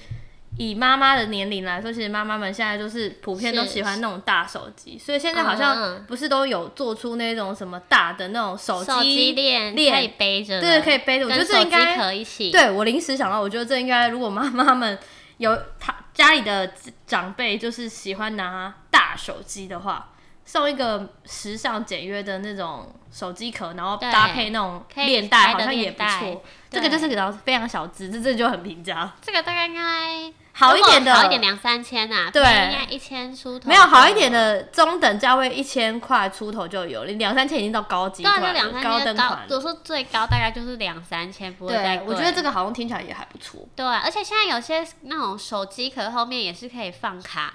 A: 以妈妈的年龄来说，其实妈妈们现在就是普遍都
B: 是
A: 喜欢那种大手机，所以现在好
B: 嗯嗯
A: 像不是都有做出那种什么大的那种手
B: 手机链
A: 链
B: 可以背着的，
A: 对可以背着我
B: 跟
A: 觉得这
B: 手
A: 应该
B: 机壳一起。
A: 对我临时想到，我觉得这应该如果妈妈们有她家里的长辈就是喜欢拿大手机的话，送一个时尚简约的那种手机壳，然后
B: 对
A: 搭配那种
B: 可以
A: 链
B: 拆
A: 带，
B: 的
A: 好像也
B: 链
A: 不
B: 带
A: 错。
B: 对哦
A: 这个就是然后非常小资，这这就很平价。
B: 这个大概应该
A: 好一
B: 如果
A: 点的，
B: 好一点两三千啊，
A: 对
B: 便宜应该一千出头。
A: 没有好一点。的中等价位一千块出头就有，两三千已经到高级
B: 对啊，
A: 款
B: 就
A: 了、
B: 两三
A: 高
B: 千
A: 登
B: 就
A: 款
B: 高
A: 了。，
B: 我说最高大概就是两三千，不会再
A: 对，
B: 贵。
A: 我觉得这个好像听起来也还不错。
B: 对，啊而且现在有些那种手机壳后面也是可以放卡，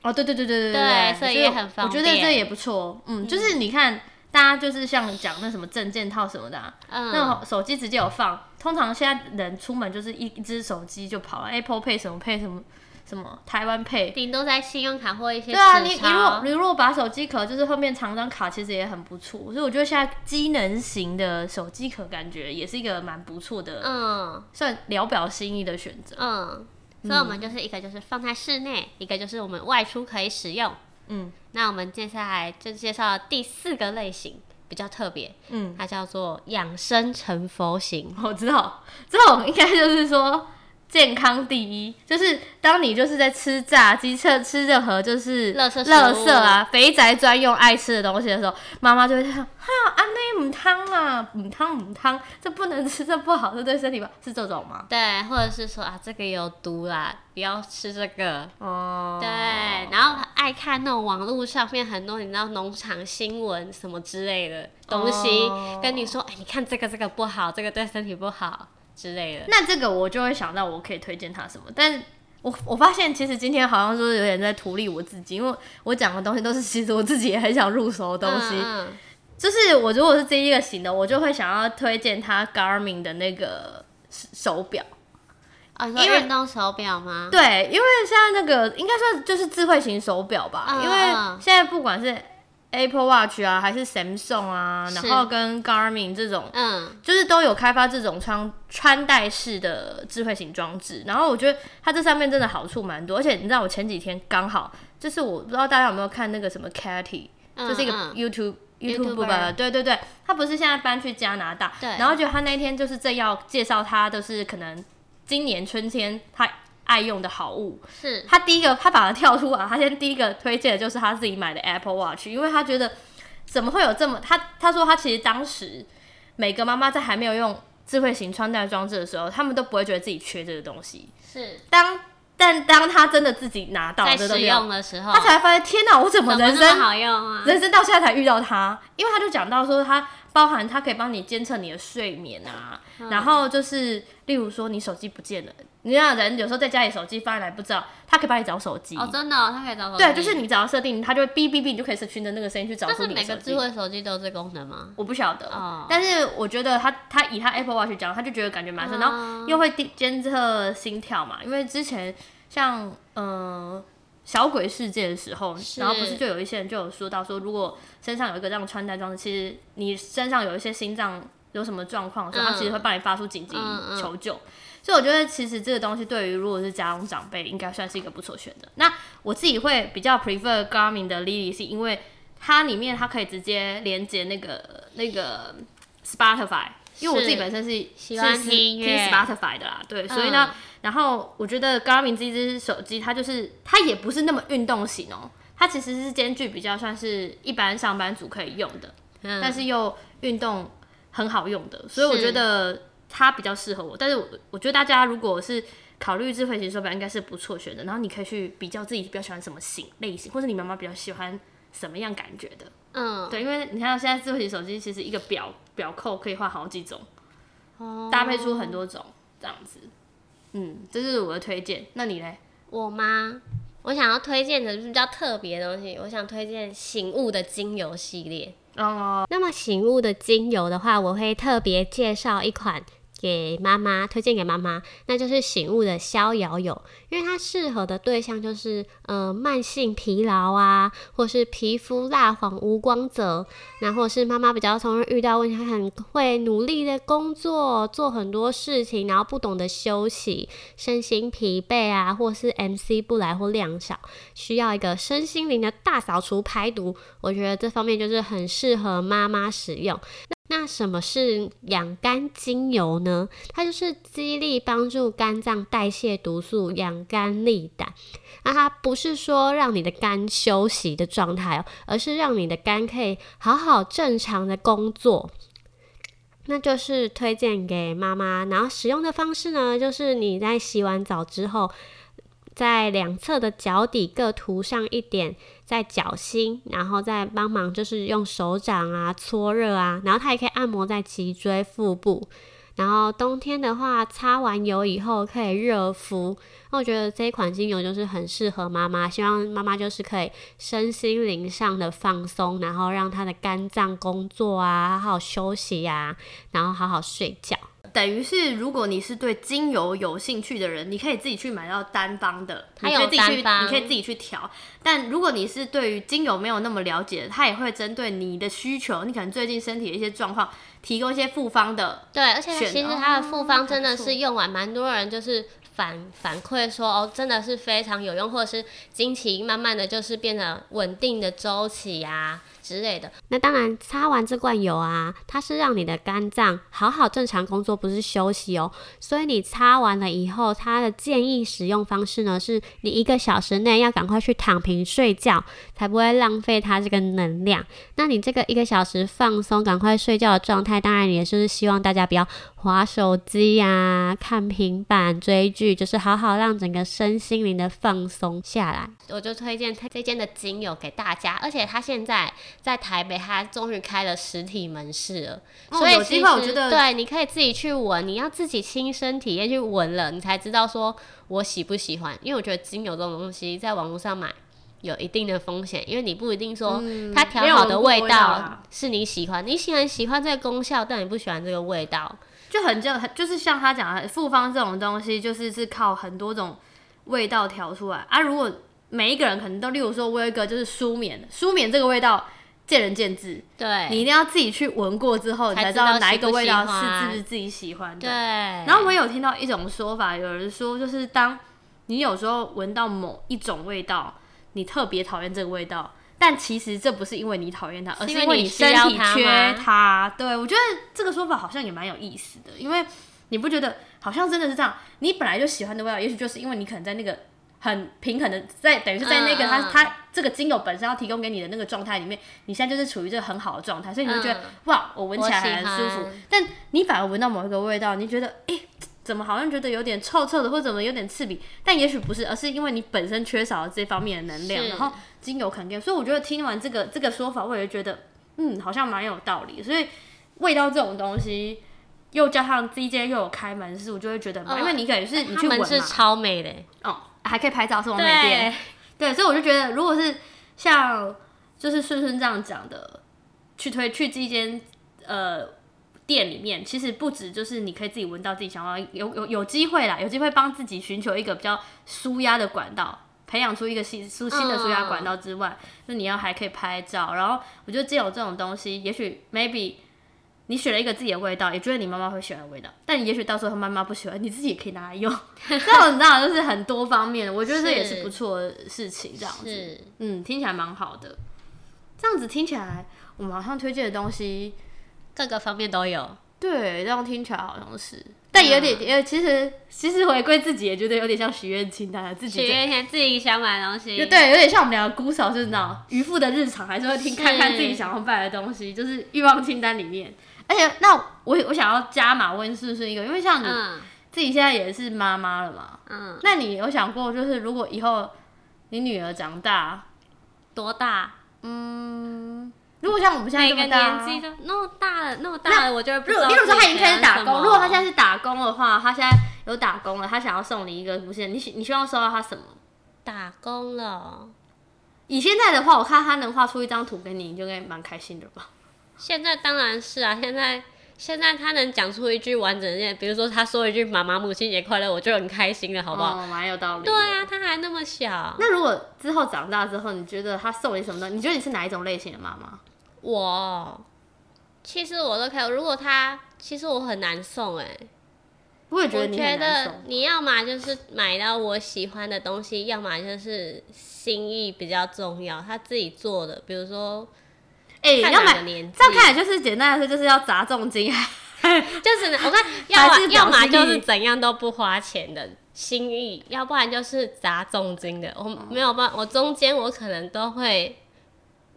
A: 哦，对对对对
B: 对
A: 对，
B: 所以也很方
A: 我觉得
B: 便
A: 这也不错，嗯，就是你看，大家就是像讲那什么证件套什么的、啊，那
B: 嗯，
A: 种手机直接有放。通常现在人出门就是一一只手机就跑了，Apple Pay 什么 Pay 什么什么台湾配。
B: 嗯顶多在信用卡或一些
A: 对啊，
B: 纸
A: 你你
B: 钞
A: 如果你如果把手机壳就是后面藏张卡，其实也很不错。所以我觉得现在机能型的手机壳感觉也是一个蛮不错的，
B: 嗯
A: 算聊表心意的选择。
B: 嗯，所以我们就是一个就是放在室内，一个就是我们外出可以使用。
A: 嗯
B: 那我们接下来就介绍第四个类型，比较特别，
A: 嗯，
B: 它叫做养生成 佛型。
A: 我哦知道，这种应该就是说健康第一，就是当你就是在吃炸鸡、吃吃任何就是
B: 垃圾食物
A: 垃圾啊、肥宅专用爱吃的东西的时候，妈妈就会想：哈，安内母汤啦，母汤母汤，这不能吃，这不好，这对身体不好，是这种吗？
B: 对，或者是说啊，这个有毒啦，不要吃这个。
A: 哦，
B: 对，然后爱看那种网络上面很多你知道农场新闻什么之类的东西，
A: 哦
B: 跟你说，哎、你看这个这个不好，这个对身体不好之类的。
A: 那这个我就会想到我可以推荐他什么，但是我我发现其实今天好像就是有点在图利我自己，因为我讲的东西都是其实我自己也很想入手的东西。
B: 嗯嗯
A: 就是我如果是第一个型的，我就会想要推荐他 Garmin 的那个手手表。
B: 哦，你说
A: 因为
B: 运动手表吗？
A: 对，因为现在那个应该算就是智慧型手表吧，
B: 嗯
A: 因为现在不管是 Apple Watch 啊，还是 Samsung 啊，
B: 是
A: 然后跟 Garmin 这种。
B: 嗯，
A: 就是都有开发这种穿穿戴式的智慧型装置，然后我觉得它这上面真的好处蛮多，而且你知道我前几天刚好就是我不知道大家有没有看那个什么 Katy，、
B: 嗯
A: 就是一个
B: 嗯
A: YouTube。
B: YouTuber
A: YouTube 吧，对对对，他不是现在搬去加拿大，
B: 对
A: 然后就他那天就是正要介绍他，就是可能今年春天他爱用的好物，
B: 是
A: 他第一个，他把它跳出来，他先第一个推荐的就是他自己买的 Apple Watch，因为他觉得怎么会有这么他他说他其实当时每个妈妈在还没有用智慧型穿戴装置的时候，他们都不会觉得自己缺这个东西。
B: 是，
A: 当但当他真的自己拿到
B: 在
A: 这个
B: 使
A: 东西
B: 用
A: 后，
B: 的时候，
A: 他才发现天哪，我怎么
B: 怎么
A: 人
B: 那
A: 生
B: 么好用啊？
A: 人生到现在才遇到他，因为他就讲到说，他包含他可以帮你监测你的睡眠啊，
B: 嗯
A: 然后就是例如说你手机不见了，你让人有时候在家里手机翻来不知道，他可以帮你找手机。
B: 哦，真的哦、它可以找手机。
A: 对，就是你只要设定，它就会哔哔哔，你就可以是循着那个声音去找
B: 但
A: 出
B: 是
A: 你的
B: 每
A: 手
B: 个
A: 机
B: 智。慧手机都有这功能吗？
A: 我不晓得，
B: 哦
A: 但是我觉得他他以他 Apple Watch 讲，他就觉得感觉蛮深，然
B: 嗯
A: 后又会监监测心跳嘛，因为之前像嗯、呃小鬼世界的时候，
B: 是
A: 然后不是就有一些人就有说到说，如果身上有一个这样穿戴装置，其实你身上有一些心脏有什么状况的时候，
B: 嗯
A: 它其实会帮你发出紧急
B: 嗯嗯
A: 求救。所以我觉得其实这个东西对于如果是家中长辈，应该算是一个不错选择。那我自己会比较 prefer Garmin 的 Lily，是因为它里面它可以直接连接那个那个 Spotify，因为我自己本身是
B: 喜欢
A: 是
B: 听音乐嗯
A: 听 Spotify 的啦，对，所以呢，然后我觉得 Garmin 这只手机它就是它也不是那么运动型哦、它其实是兼具比较算是一般上班族可以用的，
B: 嗯，
A: 但是又运动很好用的，所以我觉得它比较适合我。但是我我觉得大家如果是考虑智慧型手表，应该是不错选择。然后你可以去比较自己比较喜欢什么型类型，或者你妈妈比较喜欢什么样感觉的。
B: 嗯，
A: 对，因为你看现在智慧型手机其实一个表表扣可以换好几种，
B: 哦
A: 搭配出很多种这样子。嗯，这是我的推荐。那你嘞？
B: 我吗？我想要推荐的是比较特别的东西，我想推荐醒悟的精油系列。
A: 哦，
B: 那么醒悟的精油的话，我会特别介绍一款给妈妈，推荐给妈妈，那就是醒悟的逍遥油，因为它适合的对象就是呃慢性疲劳啊，或是皮肤蜡黄无光泽，那或是妈妈比较常遇到问题，她很会努力的工作，做很多事情，然后不懂得休息，身心疲惫啊，或是 MC 不来或量少，需要一个身心灵的大扫除排毒。我觉得这方面就是很适合妈妈使用。那什么是养肝精油呢？它就是激励帮助肝脏代谢毒素，养肝利胆。那它不是说让你的肝休息的状态哦，而是让你的肝可以好好正常的工作。那就是推荐给妈妈，然后使用的方式呢，就是你在洗完澡之后，在两侧的脚底各涂上一点，在脚心，然后再帮忙就是用手掌啊搓热啊，然后它也可以按摩在脊椎、腹部。然后冬天的话，擦完油以后可以热敷。那我觉得这一款精油就是很适合妈妈，希望妈妈就是可以身心灵上的放松，然后让她的肝脏工作啊，好好休息啊，然后好好睡觉。
A: 等于是如果你是对精油有兴趣的人，你可以自己去买到单方的，
B: 它
A: 你
B: 有
A: 可以自己去，
B: 单方
A: 你可以自己去调。但如果你是对于精油没有那么了解，它也会针对你的需求，你可能最近身体的一些状况，提供一些复方的。
B: 对，而且
A: 选
B: 其实
A: 的
B: 它的哦复方真的
A: 还不错
B: 是用完，蛮多人就是反反馈说哦，真的是非常有用，或者是经期慢慢的就是变得稳定的周期啊之类的。那当然，擦完这罐油啊，它是让你的肝脏好好正常工作，不是休息哦。所以你擦完了以后，它的建议使用方式呢，是你一个小时内要赶快去躺平睡觉，才不会浪费它这个能量。那你这个一个小时放松、赶快睡觉的状态，当然也是希望大家不要划手机呀、看平板、追剧，就是好好让整个身心灵的放松下来。我就推荐它这间的精油给大家，而且它现在在台北，它终于开了实体门市了，
A: 哦
B: 所以
A: 有
B: 其
A: 机
B: 实
A: 会我觉得
B: 对，你可以自己去闻，你要自己亲身体验去闻了，你才知道说我喜不喜欢。因为我觉得精油这种东西，在网络上买。有一定的风险，因为你不一定说它调
A: 没有
B: 好
A: 闻
B: 的
A: 过
B: 味
A: 味道
B: 道
A: 啦
B: 是你喜欢，你喜欢喜欢这个功效，但你不喜欢这个味道。
A: 就很就很就是像他讲的复方这种东西，就是是靠很多种味道调出来啊。如果每一个人可能都，例如说，我有一个就是舒眠的，舒眠这个味道见仁见智，
B: 对，
A: 你一定要自己去闻过之后，你
B: 才
A: 才
B: 知
A: 知
B: 道
A: 道哪
B: 喜
A: 一个
B: 不
A: 味
B: 喜
A: 道是
B: 欢
A: 是不是自己喜欢的
B: 对。。然
A: 然后我也有听到一种说法，有人说就是当你有时候闻到某一种味道，你特别讨厌这个味道，但其实这不是因为你讨厌它，而是
B: 是因为
A: 因为
B: 你
A: 你
B: 需
A: 身
B: 要
A: 体
B: 它
A: 缺
B: 吗
A: 它。对我觉得这个说法好像也蛮有意思的，因为你不觉得好像真的是这样？你本来就喜欢的味道，也许就是因为你可能在那个。很平衡的，在等于是在那个
B: 嗯
A: 它
B: 嗯
A: 它这个精油本身要提供给你的那个状态里面，你现在就是处于这个很好的状态，所以你就觉得、
B: 嗯
A: 哇，我闻起来
B: 我喜
A: 还很舒服
B: 欢。
A: 但你反而闻到某一个味道，你觉得诶，怎么好像觉得有点臭臭的，或者怎么有点刺鼻？但也许不是，而是因为你本身缺少了这方面的能量，
B: 是
A: 然后精油肯定。所以我觉得听完这个这个说法，我也觉得嗯，好像蛮有道理。所以味道这种东西。又加上 DJ 又有开门市，我就会觉得很棒，
B: 嗯
A: 因为你等于是你
B: 他
A: 去闻
B: 们
A: 嘛，
B: 是超美的，
A: 哦，还可以拍照是完美店
B: 对，，
A: 对，所以我就觉得，如果是像就是顺顺这样讲的，去推去这间呃店里面，其实不止就是你可以自己闻到自己想要，有有有机会啦，有机会帮自己寻求一个比较舒压的管道。培养出一个新舒新的舒压管道之外，那、你要还可以拍照，然后我觉得既有这种东西，也许 maybe 你选了一个自己的味道，也觉得你妈妈会喜欢的味道，但也许到时候她妈妈不喜欢，你自己也可以拿来用。 这种你知道，就是很多方面的，我觉得这也
B: 是
A: 是不错的事情，这样子，
B: 是
A: 嗯，听起来蛮好的。这样子听起来，我们好像推荐的东西，
B: 各个方面都有。
A: 对，这样听起来好像是，但有
B: 嗯
A: 点，也、其实其实回归自己也觉得有点像许愿清单啊，自己
B: 许
A: 在
B: 愿前自己想买的东西，
A: 就对，有点像我们两个姑嫂，就是那种渔夫的日常，还是会听
B: 嗯是
A: 看看自己想要买的东西，就是欲望清单里面。而且，那我我想要加码问顺顺一个，因为像你
B: 嗯
A: 自己现在也是妈妈了嘛，
B: 嗯，
A: 那你有想过，就是如果以后你女儿长大，
B: 多大？
A: 如果像我们现在
B: 每
A: 这
B: 个
A: 么大，
B: 年纪都那么大了，那么大了，我就会不
A: 如
B: 知道
A: 果例如说
B: 自己
A: 她已经开始打
B: 想要什么
A: 工，如果她现在是打工的话，她现在有打工了，她想要送你一个无线，你希你希望收到她什么？
B: 打工了，
A: 以现在的话，我看她能画出一张图给你，你就应该蛮开心的吧？
B: 现在当然是啊，现在现在他能讲出一句完整的念，比如说他说一句“妈妈母亲节快乐”，我就很开心了，好不好？
A: 哦，蛮有道理。
B: 对。啊，他还那么小，
A: 那如果之后长大之后，你觉得她送你什么东西？你觉得你是哪一种类型的妈妈？
B: 我其实我都可以。如果他其实我很难送哎、
A: 我也觉
B: 我
A: 得你
B: 觉
A: 很难
B: 得
A: 送。
B: 你要么就是买到我喜欢的东西，要么就是心意比较重要，他自己做的，比如说
A: 哎、你
B: 看
A: 要
B: 哪个
A: 买，
B: 年纪
A: 这，样看起来就是简单来说，就是要砸重金，
B: 就只能我 看，要么
A: 还是
B: 要
A: 表
B: 么
A: 示
B: 就是
A: 意
B: 怎样都不花钱的心意，要不然就是砸重金的。我
A: 哦
B: 没有办法，我中间我可能都会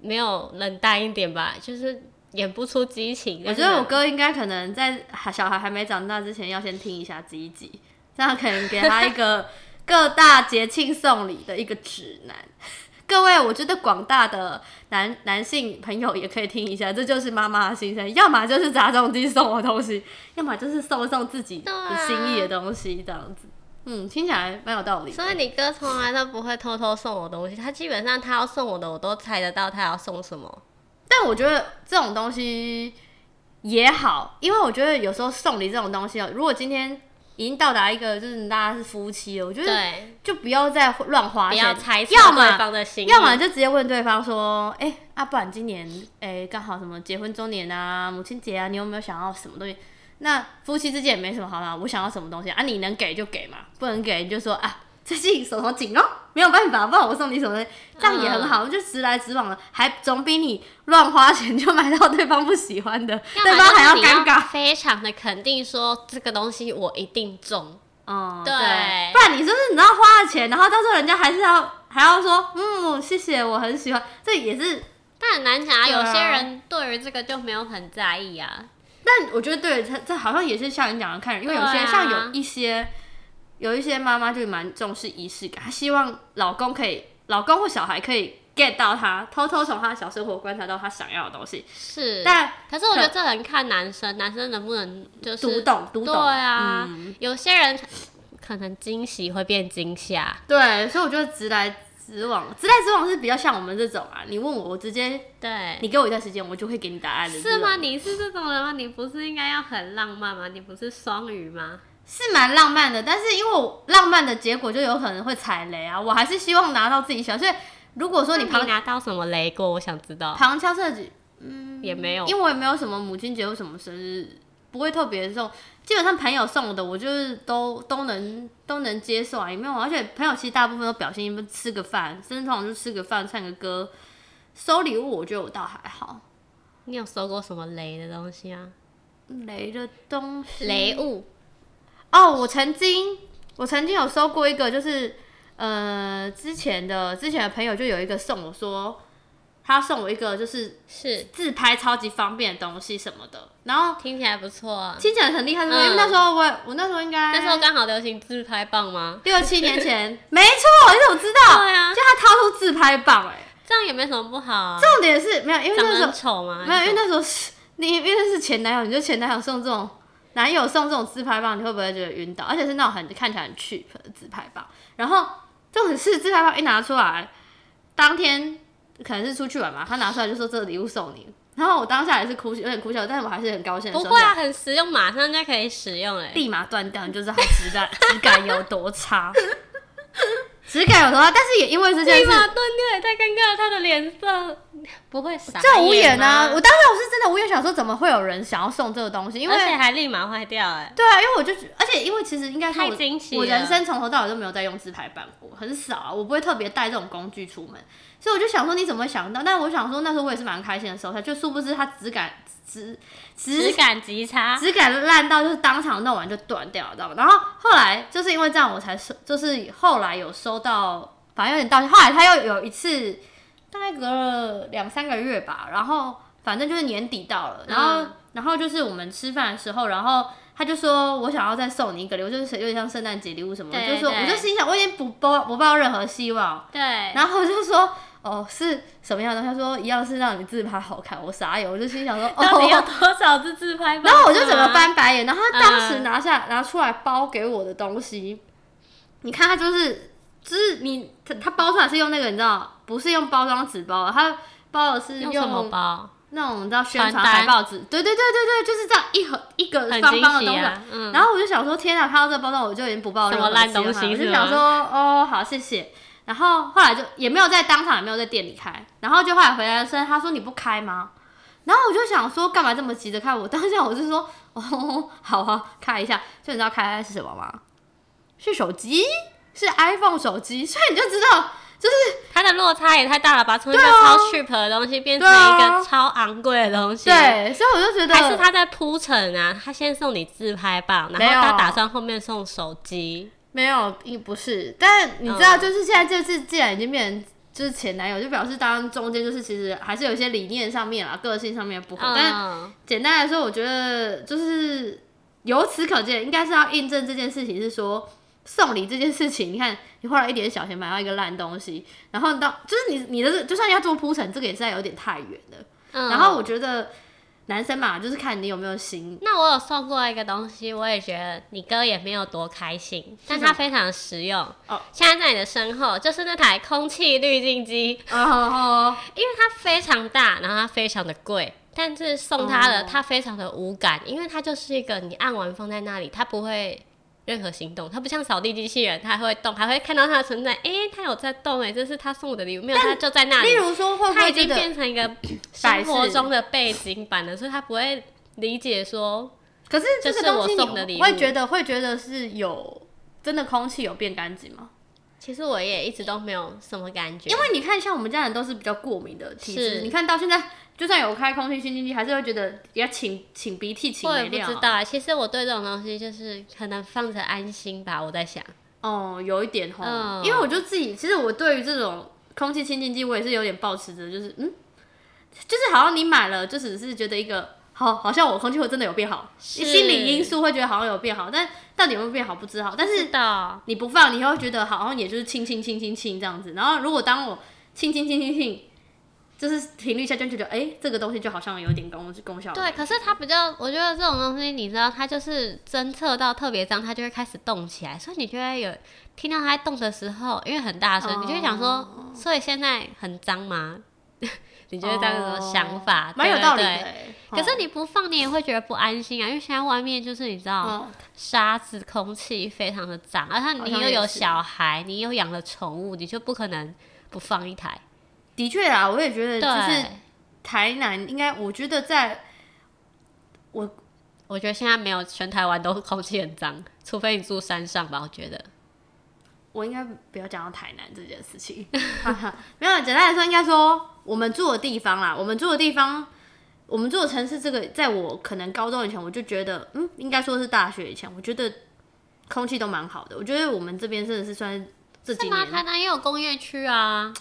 B: 没有冷淡一点吧，就是演不出激情。
A: 我觉得我哥应该可能在小孩还没长大之前，要先听一下这一集，这样可能给他一个各大节庆送礼的一个指南。各位，我觉得广大的男男性朋友也可以听一下，这就是妈妈的心声，要么就是砸重金送我东西，要么就是送一送自己
B: 对啊
A: 的心意的东西，这样子。嗯，听起来蛮有道理的。
B: 所以你哥从来都不会偷偷送我东西，他基本上他要送我的，我都猜得到他要送什么。
A: 但我觉得这种东西也好，因为我觉得有时候送礼这种东西哦，如果今天已经到达一个就是大家是夫妻了，我觉得
B: 对，
A: 就不要再乱花
B: 不
A: 钱，
B: 要猜测
A: 嗯要
B: 对
A: 么
B: 方的心意，
A: 要么就直接问对方说，哎、啊，不然今年哎刚、好什么结婚周年啊、母亲节啊，你有没有想要什么东西？那夫妻之间也没什么好嘛，我想要什么东西啊，你能给就给嘛，不能给你就说啊。最近手头紧哦，没有办法，不然我送你什么东西，这样也很好，就直来直往了，还总比你乱花钱就买到对方不喜欢的，
B: 要
A: 对
B: 么
A: 方还
B: 就是你
A: 尴尬。
B: 非常的肯定说这个东西我一定中，
A: 嗯，
B: 哦对
A: 不然你就是你知道花了钱，然后到时候人家还是要还要说，嗯，谢谢，我很喜欢，这也是
B: 但很难讲啊，
A: 对啊
B: 有些人对于这个就没有很在意啊，
A: 但我觉得对，这这好像也是像你讲的看人，因为有些、
B: 对啊啊
A: 像有一些有一些妈妈就蛮重视仪式感，她希望老公可以，老公或小孩可以 get 到她，偷偷从她的小生活观察到她想要的东西，
B: 是。
A: 但
B: 可是我觉得这很看男生，男生能不能就是
A: 读懂读懂，
B: 对啊，
A: 嗯
B: 有些人可能惊喜会变惊吓，
A: 对，所以我觉得直来直往，直来直往是比较像我们这种啊，你问我，我直接
B: 对。
A: 你给我一段时间，我就会给你答案的，
B: 是吗？？你是这种人吗？你不是应该要很浪漫吗？你不是双鱼吗？
A: 是蛮浪漫的，但是因为我浪漫的结果就有可能会踩雷啊，我还是希望拿到自己喜欢，所以如果说
B: 那
A: 你
B: 你
A: 旁
B: 拿到什么雷过？我想知道，
A: 旁敲侧击，
B: 也没有。
A: 因为我也没有什么母亲节或什么生日，不会特别送。基本上朋友送的，我就是都都能都能接受啊，也没有。而且朋友其实大部分都表现一般，吃个饭，甚至通常就吃个饭、唱个歌。收礼物，我觉得我倒还好。
B: 你有收过什么雷的东西啊？
A: 雷的东西，
B: 雷物，
A: 哦，我曾经我曾经有收过一个，就是呃之前的之前的朋友就有一个送我说，他送我一个就是
B: 是
A: 自拍超级方便的东西什么的，然后
B: 听起来不错啊。
A: 听起来很厉害，对不
B: 嗯
A: 对？因为那时候我也我那时候应该
B: 那时候刚好流行自拍棒吗？
A: 六七年前，没错，你怎么知道？
B: 对啊
A: 就他掏出自拍棒、哎，
B: 这样也没什么不好啊。
A: 重点是没有，因为
B: 长
A: 那
B: 得
A: 时
B: 很
A: 候
B: 丑啊吗？
A: 没有，因为那时候是你，因为那是前男友，你就前男友送这种男友送这种自拍棒，你会不会觉得晕倒？而且是那种很看起来很 cheap 的自拍棒，然后重点是自拍棒一拿出来，当天可能是出去玩嘛，他拿出来就说这个礼物送你。然后我当下也是哭，有点哭笑，但是我还是很高兴的。
B: 不会啊，，很实用，马上就可以使用哎、
A: 立马断掉，你就知道它质 感质感有多差，质感有多差。但是也因为这件
B: 立
A: 事，
B: 马断掉也太尴尬了，他的脸色不会傻眼
A: 这无言啊！
B: 吗
A: 我当时我是真的无言，想说怎么会有人想要送这个东西？因为
B: 而且还立马坏掉哎、
A: 对啊，因为我就觉，而且因为其实应该说
B: 太
A: 我
B: 惊喜了
A: 我人生从头到尾都没有在用自拍棒过，很少啊，我不会特别带这种工具出门，所以我就想说你怎么会想到？但我想说那时候我也是蛮开心的时候，他就殊不知它质感质质
B: 质感极差，
A: 质感烂到就是当场弄完就断掉，知道吗？然后后来就是因为这样，我才收，就是后来有收到，反正有点道歉。后来他又有一次，大概隔了两三个月吧，然后反正就是年底到了，然后、
B: 嗯
A: 然后就是我们吃饭的时候，然后他就说我想要再送你一个礼物，就是有点像圣诞节礼物什么的，
B: 对
A: 就说
B: 对
A: 我就心想我已经不抱不抱任何希望，
B: 对，
A: 然后我就说。哦，是什么样的？他说一样是让你自拍好看，我傻眼，我就心想说，哦，
B: 到底有多少次自拍棒？
A: 然后我就整
B: 嗯
A: 个，翻白眼，然后他当时拿下、拿出来包给我的东西，你看他就是就是你他他包出来是用那个你知道不是用包装纸包的，他包的是
B: 用什么包？
A: 那种你知道宣传
B: 传单
A: 海报纸，对对对对对，就是这样一盒一个
B: 很
A: 方
B: 惊
A: 方的东
B: 喜
A: 西。
B: 啊，嗯，
A: 然后我就想说，天哪！看到这包装，我就已经不抱任
B: 什
A: 何
B: 么烂
A: 希望了
B: 东西
A: 我就是想
B: 吗
A: 说，哦，好，谢谢。然后后来就也没有在当场，也没有在店里开。然后就后来回来的时候，他说你不开吗？然后我就想说，干嘛这么急着开？我当下我是说，哦，好啊，开一下。就你知道开是什么吗？是手机，是 iPhone 手机。所以你就知道，
B: 它的落差也太大了吧，从一个超 cheap 的东西变成
A: 啊对
B: 一
A: 啊
B: 个超昂贵的东西，。
A: 对。所以我就觉得，
B: 还是他在铺陈啊，他先送你自拍棒，然
A: 没有
B: 后他打算后面送手机，
A: 没有，一不是，但你知道，
B: 嗯
A: 就是现在这次既然已经变成就是前男友，就表示当然中间就是其实还是有一些理念上面啊、个性上面不合。但
B: 嗯，
A: 简单来说，我觉得就是由此可见，应该是要印证这件事情是说。送礼这件事情，你看，你花了一点小钱买到一个烂东西，然后到就是你你的，就算要做铺陈，这个也是要有点太远了。
B: 嗯
A: 然后我觉得男生嘛，就是看你有没有心。
B: 那我有送过一个东西，我也觉得你哥也没有多开心，但它非常实用。
A: 哦
B: 现在在你的身后就是那台空气滤净 机，
A: 哦，
B: 因为它非常大，然后它非常的贵，但是送它的
A: 哦
B: 它非常的无感，因为它就是一个你按完放在那里，它不会任何行动，它不像扫地机器人，它还会动，还会看到它的存在，诶，它有在动诶，这是它送我的礼物，没有它就在那里。
C: 例如说，会不
B: 它
C: 会
B: 已
C: 觉
B: 经
C: 得？
B: 变成一个
A: 摆
B: 生活
A: 饰
B: 中的背景板了，所以它不会理解说
C: 可是这
B: 这
C: 个
B: 是
C: 东
B: 我
C: 西
B: 送的礼
C: 你会
B: 物
C: 觉得会
A: 会觉得是有真的空气有变干净吗？
B: 其实我也一直都没有什么感觉，
A: 因为你看，像我们家人都是比较过敏的体
B: 是
A: 质，你看到现在，就算有开空气清净机，还是会觉得要擤擤鼻涕、擤
B: 我
A: 没
B: 也不
A: 料
B: 知
A: 啊。
B: 道啊。其实我对这种东西就是可能放着安心吧，我在想。
A: 哦，有一点吼，
B: 嗯
A: 因为我就自己，其实我对于这种空气清净机，我也是有点抱持着，就是嗯，就是好像你买了，就只是觉得一个好，好像我空气会真的有变好，
B: 是
A: 心理因素会觉得好像有变好，但到底有没有变好不知道。但是
B: 知道，
A: 你不放，你会觉得好像也就是轻轻轻轻轻这样子。然后如果当我轻轻轻轻轻，就是频率下降，就觉得哎、诶这个东西就好像有点功功效了。
B: 对，可是它比较，我觉得这种东西，你知道，它就是侦测到特别脏，它就会开始动起来，所以你就会有听到它在动的时候，因为很大声，你就会想说，
A: 哦
B: 所以现在很脏吗？ 你就会这样的想法，
A: 哦蛮有
B: 对
A: 道理的、
B: 对
A: 欸。
B: 可是
A: 你
B: 你不放，你也会觉得不安心啊，因为现在外面就是你知道
A: 哦，
B: 沙子、空气非常的脏，而且
A: 好
B: 你
A: 像
B: 又
A: 也
B: 有
A: 是
B: 小孩，你又养了宠物，你就不可能不放一台。
A: 的确啊，我也觉得
B: 对，
A: 就是台南应该，我觉得在
B: 我觉得现在没有全台湾都空气很脏， 除非你住山上吧，我觉得。
A: 我应该不要讲到台南这件事情， 哈哈没有，简单来说，应该说我们住的地方啦，我们住的地方，我们住的城市，这个在我可能高中以前，我就觉得，嗯，应该说是大学以前，我觉得空气都蛮好的。我觉得我们这边真的是算是这
B: 是
A: 几
B: 吗？
A: 年，
B: 台南也有工业区啊，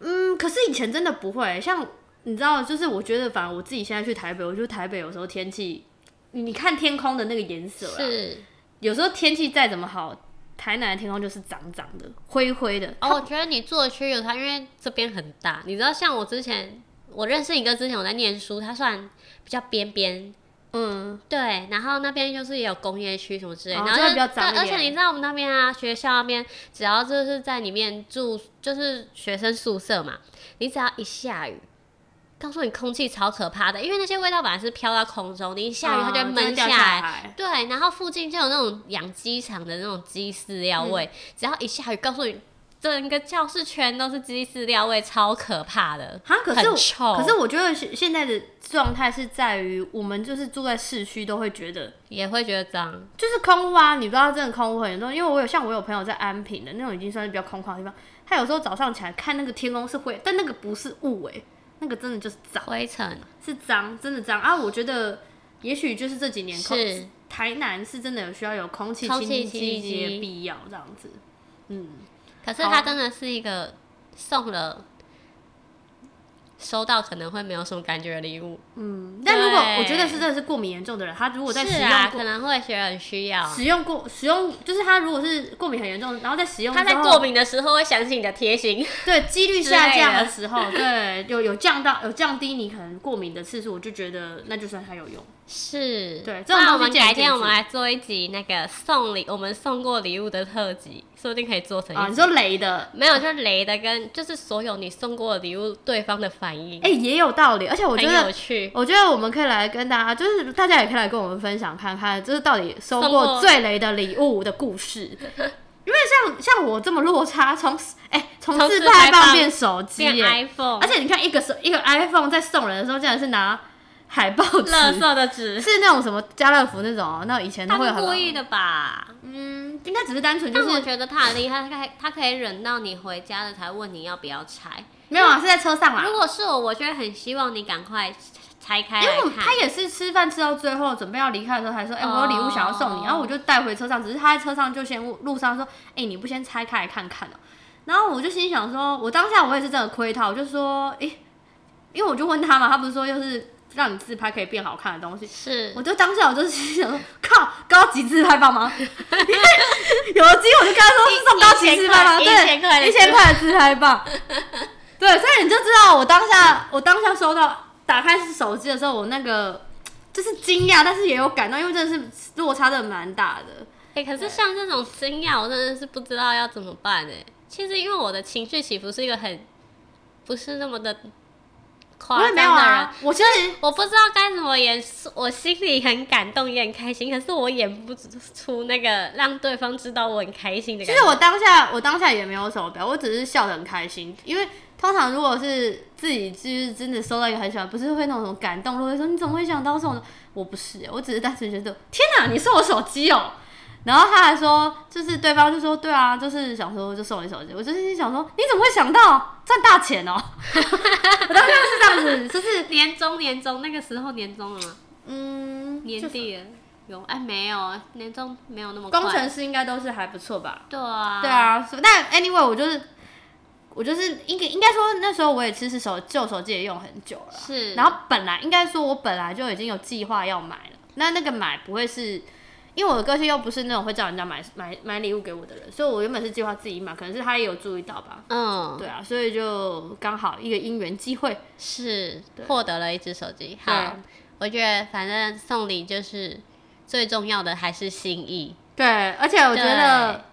A: 嗯，可是以前真的不会，像你知道，就是我觉得，反而我自己现在去台北，我觉得台北有时候天气，你看天空的那个颜色啦，
B: 是。啊
A: 有时候天气再怎么好，台南的天空就是脏脏的、灰灰的，
B: 哦，我觉得你住的区有它，因为这边很大。你知道，像我之前我认识一个，之前我在念书，他算比较边边，
A: 嗯。
B: 对，然后那边就是也有工业区什么之类，
A: 哦
B: 然后
A: 就会
B: 就
A: 比较脏
B: 对
A: 一
B: 而且
A: 点
B: 你知道我们那边啊，学校那边只要就是在里面住，就是学生宿舍嘛，你只要一下雨。告诉你，空气超可怕的，因为那些味道本来是飘到空中，你一下雨它
A: 哦
B: 就
A: 就会
B: 闷
A: 掉
B: 下
A: 下
B: 来。
A: 来
B: 对，然后附近就有那种养鸡场的那种鸡饲料味，只
A: 嗯
B: 要一下雨，告诉你，整个教室全都是鸡饲料味，超可怕的。
A: 哈，可是
B: 很
A: 我
B: 臭
A: 可是我觉得现现在的状态是在于，我们就是住在市区都会觉得
B: 也会觉得脏。
A: 就是空屋啊，你不知道真的空屋很严重，因为我有像我有朋友在安平的那种已经算是比较空旷的地方，他有时候早上起来看那个天空是灰，但那个不是雾诶、那个真的就是脏，
B: 灰尘
A: 是脏，真的脏啊！我觉得也许就是这几年空
B: 是
A: 台南是真的有需要有空气
B: 空
A: 清
B: 气
A: 净
B: 清
A: 机
B: 净机
A: 的必要这样子，嗯，
B: 可是
A: 好
B: 他真的是一个送了，收到可能会没有什么感觉的礼物。
A: 嗯但如果
B: 对
A: 我觉得是真的是过敏严重的人，他如果在使
B: 是
A: 用
B: 啊，
A: 过
B: 可能会觉得很需要。
A: 使用过使用，就是他如果是过敏很严重，然后在使用
B: 他在
A: 之后
B: 过敏的时候会想起你的贴心，
A: 对几率下降
B: 之类
A: 的
B: 的
A: 时候，对有有降到有降低你可能过敏的次数，我就觉得那就算它有用。
B: 是
A: 对这种
B: 那我
A: 东西
B: 们
A: 见仁
B: 改天
A: 见
B: 我们
A: 智
B: 来做一集那个送礼，我们送过礼物的特辑，说不定可以做成
A: 啊，
B: 一
A: 你
B: 集。
A: 说雷的，
B: 没有，就是雷的跟就是所有你送过的礼物对方的反应，
A: 哎、也有道理，而且我觉
B: 很有
A: 得。
B: 趣。
A: 我觉得我们可以来跟大家，就是大家也可以来跟我们分享看看，就是到底收
B: 送
A: 过
B: 过
A: 最雷的礼物的故事。因 为像像我这么落差，从 哎从
B: 从
A: 自
B: 自
A: 拍
B: 拍棒
A: 棒变手机
B: 变
A: 耶，
B: iPhone，
A: 而且你看一个手一个 iPhone 在送人的时候，竟然是拿海报纸
B: 垃圾的纸，
A: 是那种什么家乐福那种哦，那以前都
B: 他
A: 会
B: 是
A: 有很
B: 故意的吧？
A: 嗯，应该只是单纯就
B: 但我
A: 是
B: 觉得他很厉害，他可以他可以忍到你回家了才问你要不要拆。
A: 没有啊，哎是在车上啦
B: 如。果是我，我就会很希望你赶快拆开
A: 因为
B: 来
A: 我们他
B: 看。
A: 也是吃饭吃到最后，准备要离开的时候，还说：“哎、我有礼物想要送你。
B: 哦
A: 然后我就带回车上，只是他在车上就先路上说：“哎、你不先拆开来看看哦、然后我就心想说：“我当下我也是真的亏他，我就说：‘哎、因为我就问他嘛，他不是说又是让你自拍可以变好看的东西，
B: 是
A: 我就当下我就是心想说， 靠，高级自拍棒吗？因 为有了机会我就跟他说是送高级自拍棒，
B: 一
A: 对，
B: 一千块的
A: 一千块的自拍棒。对，所以你就知道我当下，我当下收到打开手机的时候，我那个就是惊讶，但是也有感动，因为真的是落差真的蛮大的。
B: 哎、可是像这种惊讶，我真的是不知道要怎么办哎、其实因为我的情绪起伏是一个很不是那么的夸
A: 我也
B: 张
A: 没有
B: 的人，
A: 啊，我其实
B: 我不知道该怎么演，我心里很感动也很开心，可是我演不出那个让对方知道我很开心的
A: 其
B: 感
A: 实
B: 觉。
A: 我当下我当下也没有什么表，我只是笑得很开心。因为通常如果是自己就是真的收到一个很喜欢，不是会那种感动，都会说你怎么会想到这种？我不是，我只是单纯觉得天哪，你送我手机哦。 然后他还说，就是对方就说对啊，就是想说就送你手机。我就是想说你怎么会想到赚大钱哦？ 我当下是这样子，就是
B: 年终年终那个时候年终了吗？
A: 嗯，
B: 年
A: 就是
B: 底了有哎没有年终没有那么快。
A: 工程师应该都是还不错吧？
B: 对啊
A: 对，啊，所以但 anyway，我就是我就是应该应该说那时候我也其实手旧手机也用很久了，
B: 是。
A: 然后本来应该说我本来就已经有计划要买了，那那个买不会是。因为我的个性又不是那种会叫人家买买买礼物给我的人，所以我原本是计划自己买，可能是他也有注意到吧，
B: 嗯，
A: 对啊，所以就刚好一个因缘机会，
B: 是获得了一只手机。
A: 对
B: 好，我觉得反正送礼就是最重要的还是心意。
A: 对，而且我觉
B: 对
A: 得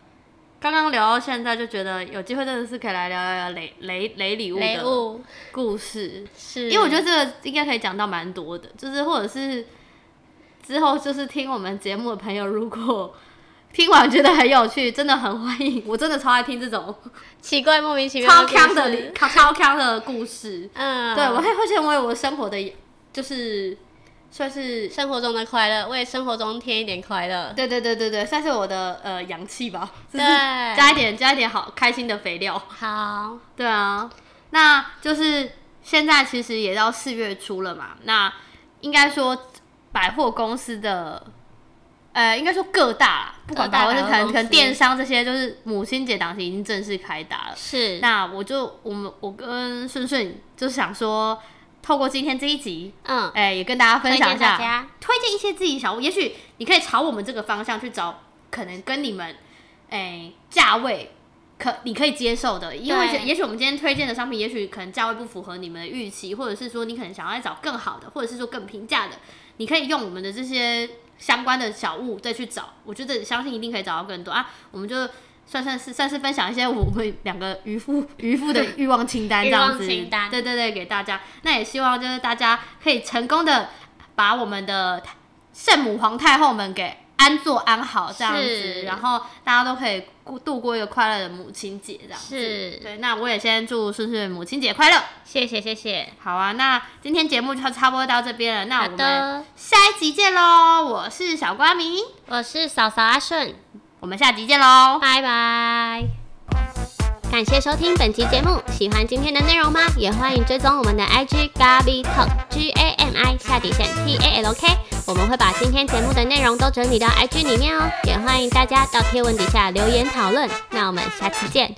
A: 刚刚聊到现在就觉得有机会真的是可以来聊聊雷雷雷礼物
B: 礼
A: 的
B: 物
A: 故事，
B: 是，
A: 因为我觉得这个应该可以讲到蛮多的，就是或者是之后就是听我们节目的朋友，如果听完觉得很有趣，真的很欢迎，我真的超爱听这种
B: 奇怪莫名其妙
A: 超
B: 故
A: 康的
B: 事
A: 理超超康的故事。
B: 嗯，
A: 对，我会会成为我生活的，就是算是
B: 生活中的快乐，为生活中添一点快乐。
A: 对对对对对，算是我的呃阳气吧，就是
B: 对
A: 加一点加一点好开心的肥料。
B: 好，
A: 对啊，那就是现在其实也到四月初了嘛，那应该说百货公司的，呃，应该说各大啦不管
B: 各大
A: 百货是
B: 百货
A: 可能
B: 公
A: 可
B: 司
A: 能电商这些，就是母亲节档期已经正式开打了。
B: 是
A: 那我就我们我跟顺顺就想说，透过今天这一集，
B: 嗯，
A: 哎、也跟大家分享一
B: 推荐大家
A: 下，推荐一些自己小物，也许你可以朝我们这个方向去找，可能跟你们，哎、价位可你可以接受的，因为
B: 对
A: 也许我们今天推荐的商品，也许可能价位不符合你们的预期，或者是说你可能想要找更好的，或者是说更平价的，你可以用我们的这些相关的小物再去找，我觉得相信一定可以找到更多啊，我们就。算算是算是分享一些我们两个渔夫渔夫的欲望清单这样子，
B: 欲望清单
A: 对对对，给大家。那也希望就是大家可以成功的把我们的圣母皇太后们给安坐安好这样
B: 是
A: 子，然后大家都可以过度过一个快乐的母亲节这样子。
B: 是
A: 对，那我也先祝顺顺母亲节快乐。
B: 谢谢谢谢，
A: 好啊，那今天节目就差不多到这边了，那
B: 好
A: 我们
B: 的，
A: 下一集见喽！我是小瓜迷，
B: 我是嫂嫂阿顺，
A: 我们下集见喽，
B: 拜拜。感谢收听本期节目，喜欢今天的内容吗？也欢迎追踪我们的 IG Gabi Talk G A M I 下底线 T A L K，我们会把今天节目的内容都整理到 IG 里面哦，也欢迎大家到贴文底下留言讨论。那我们下期见，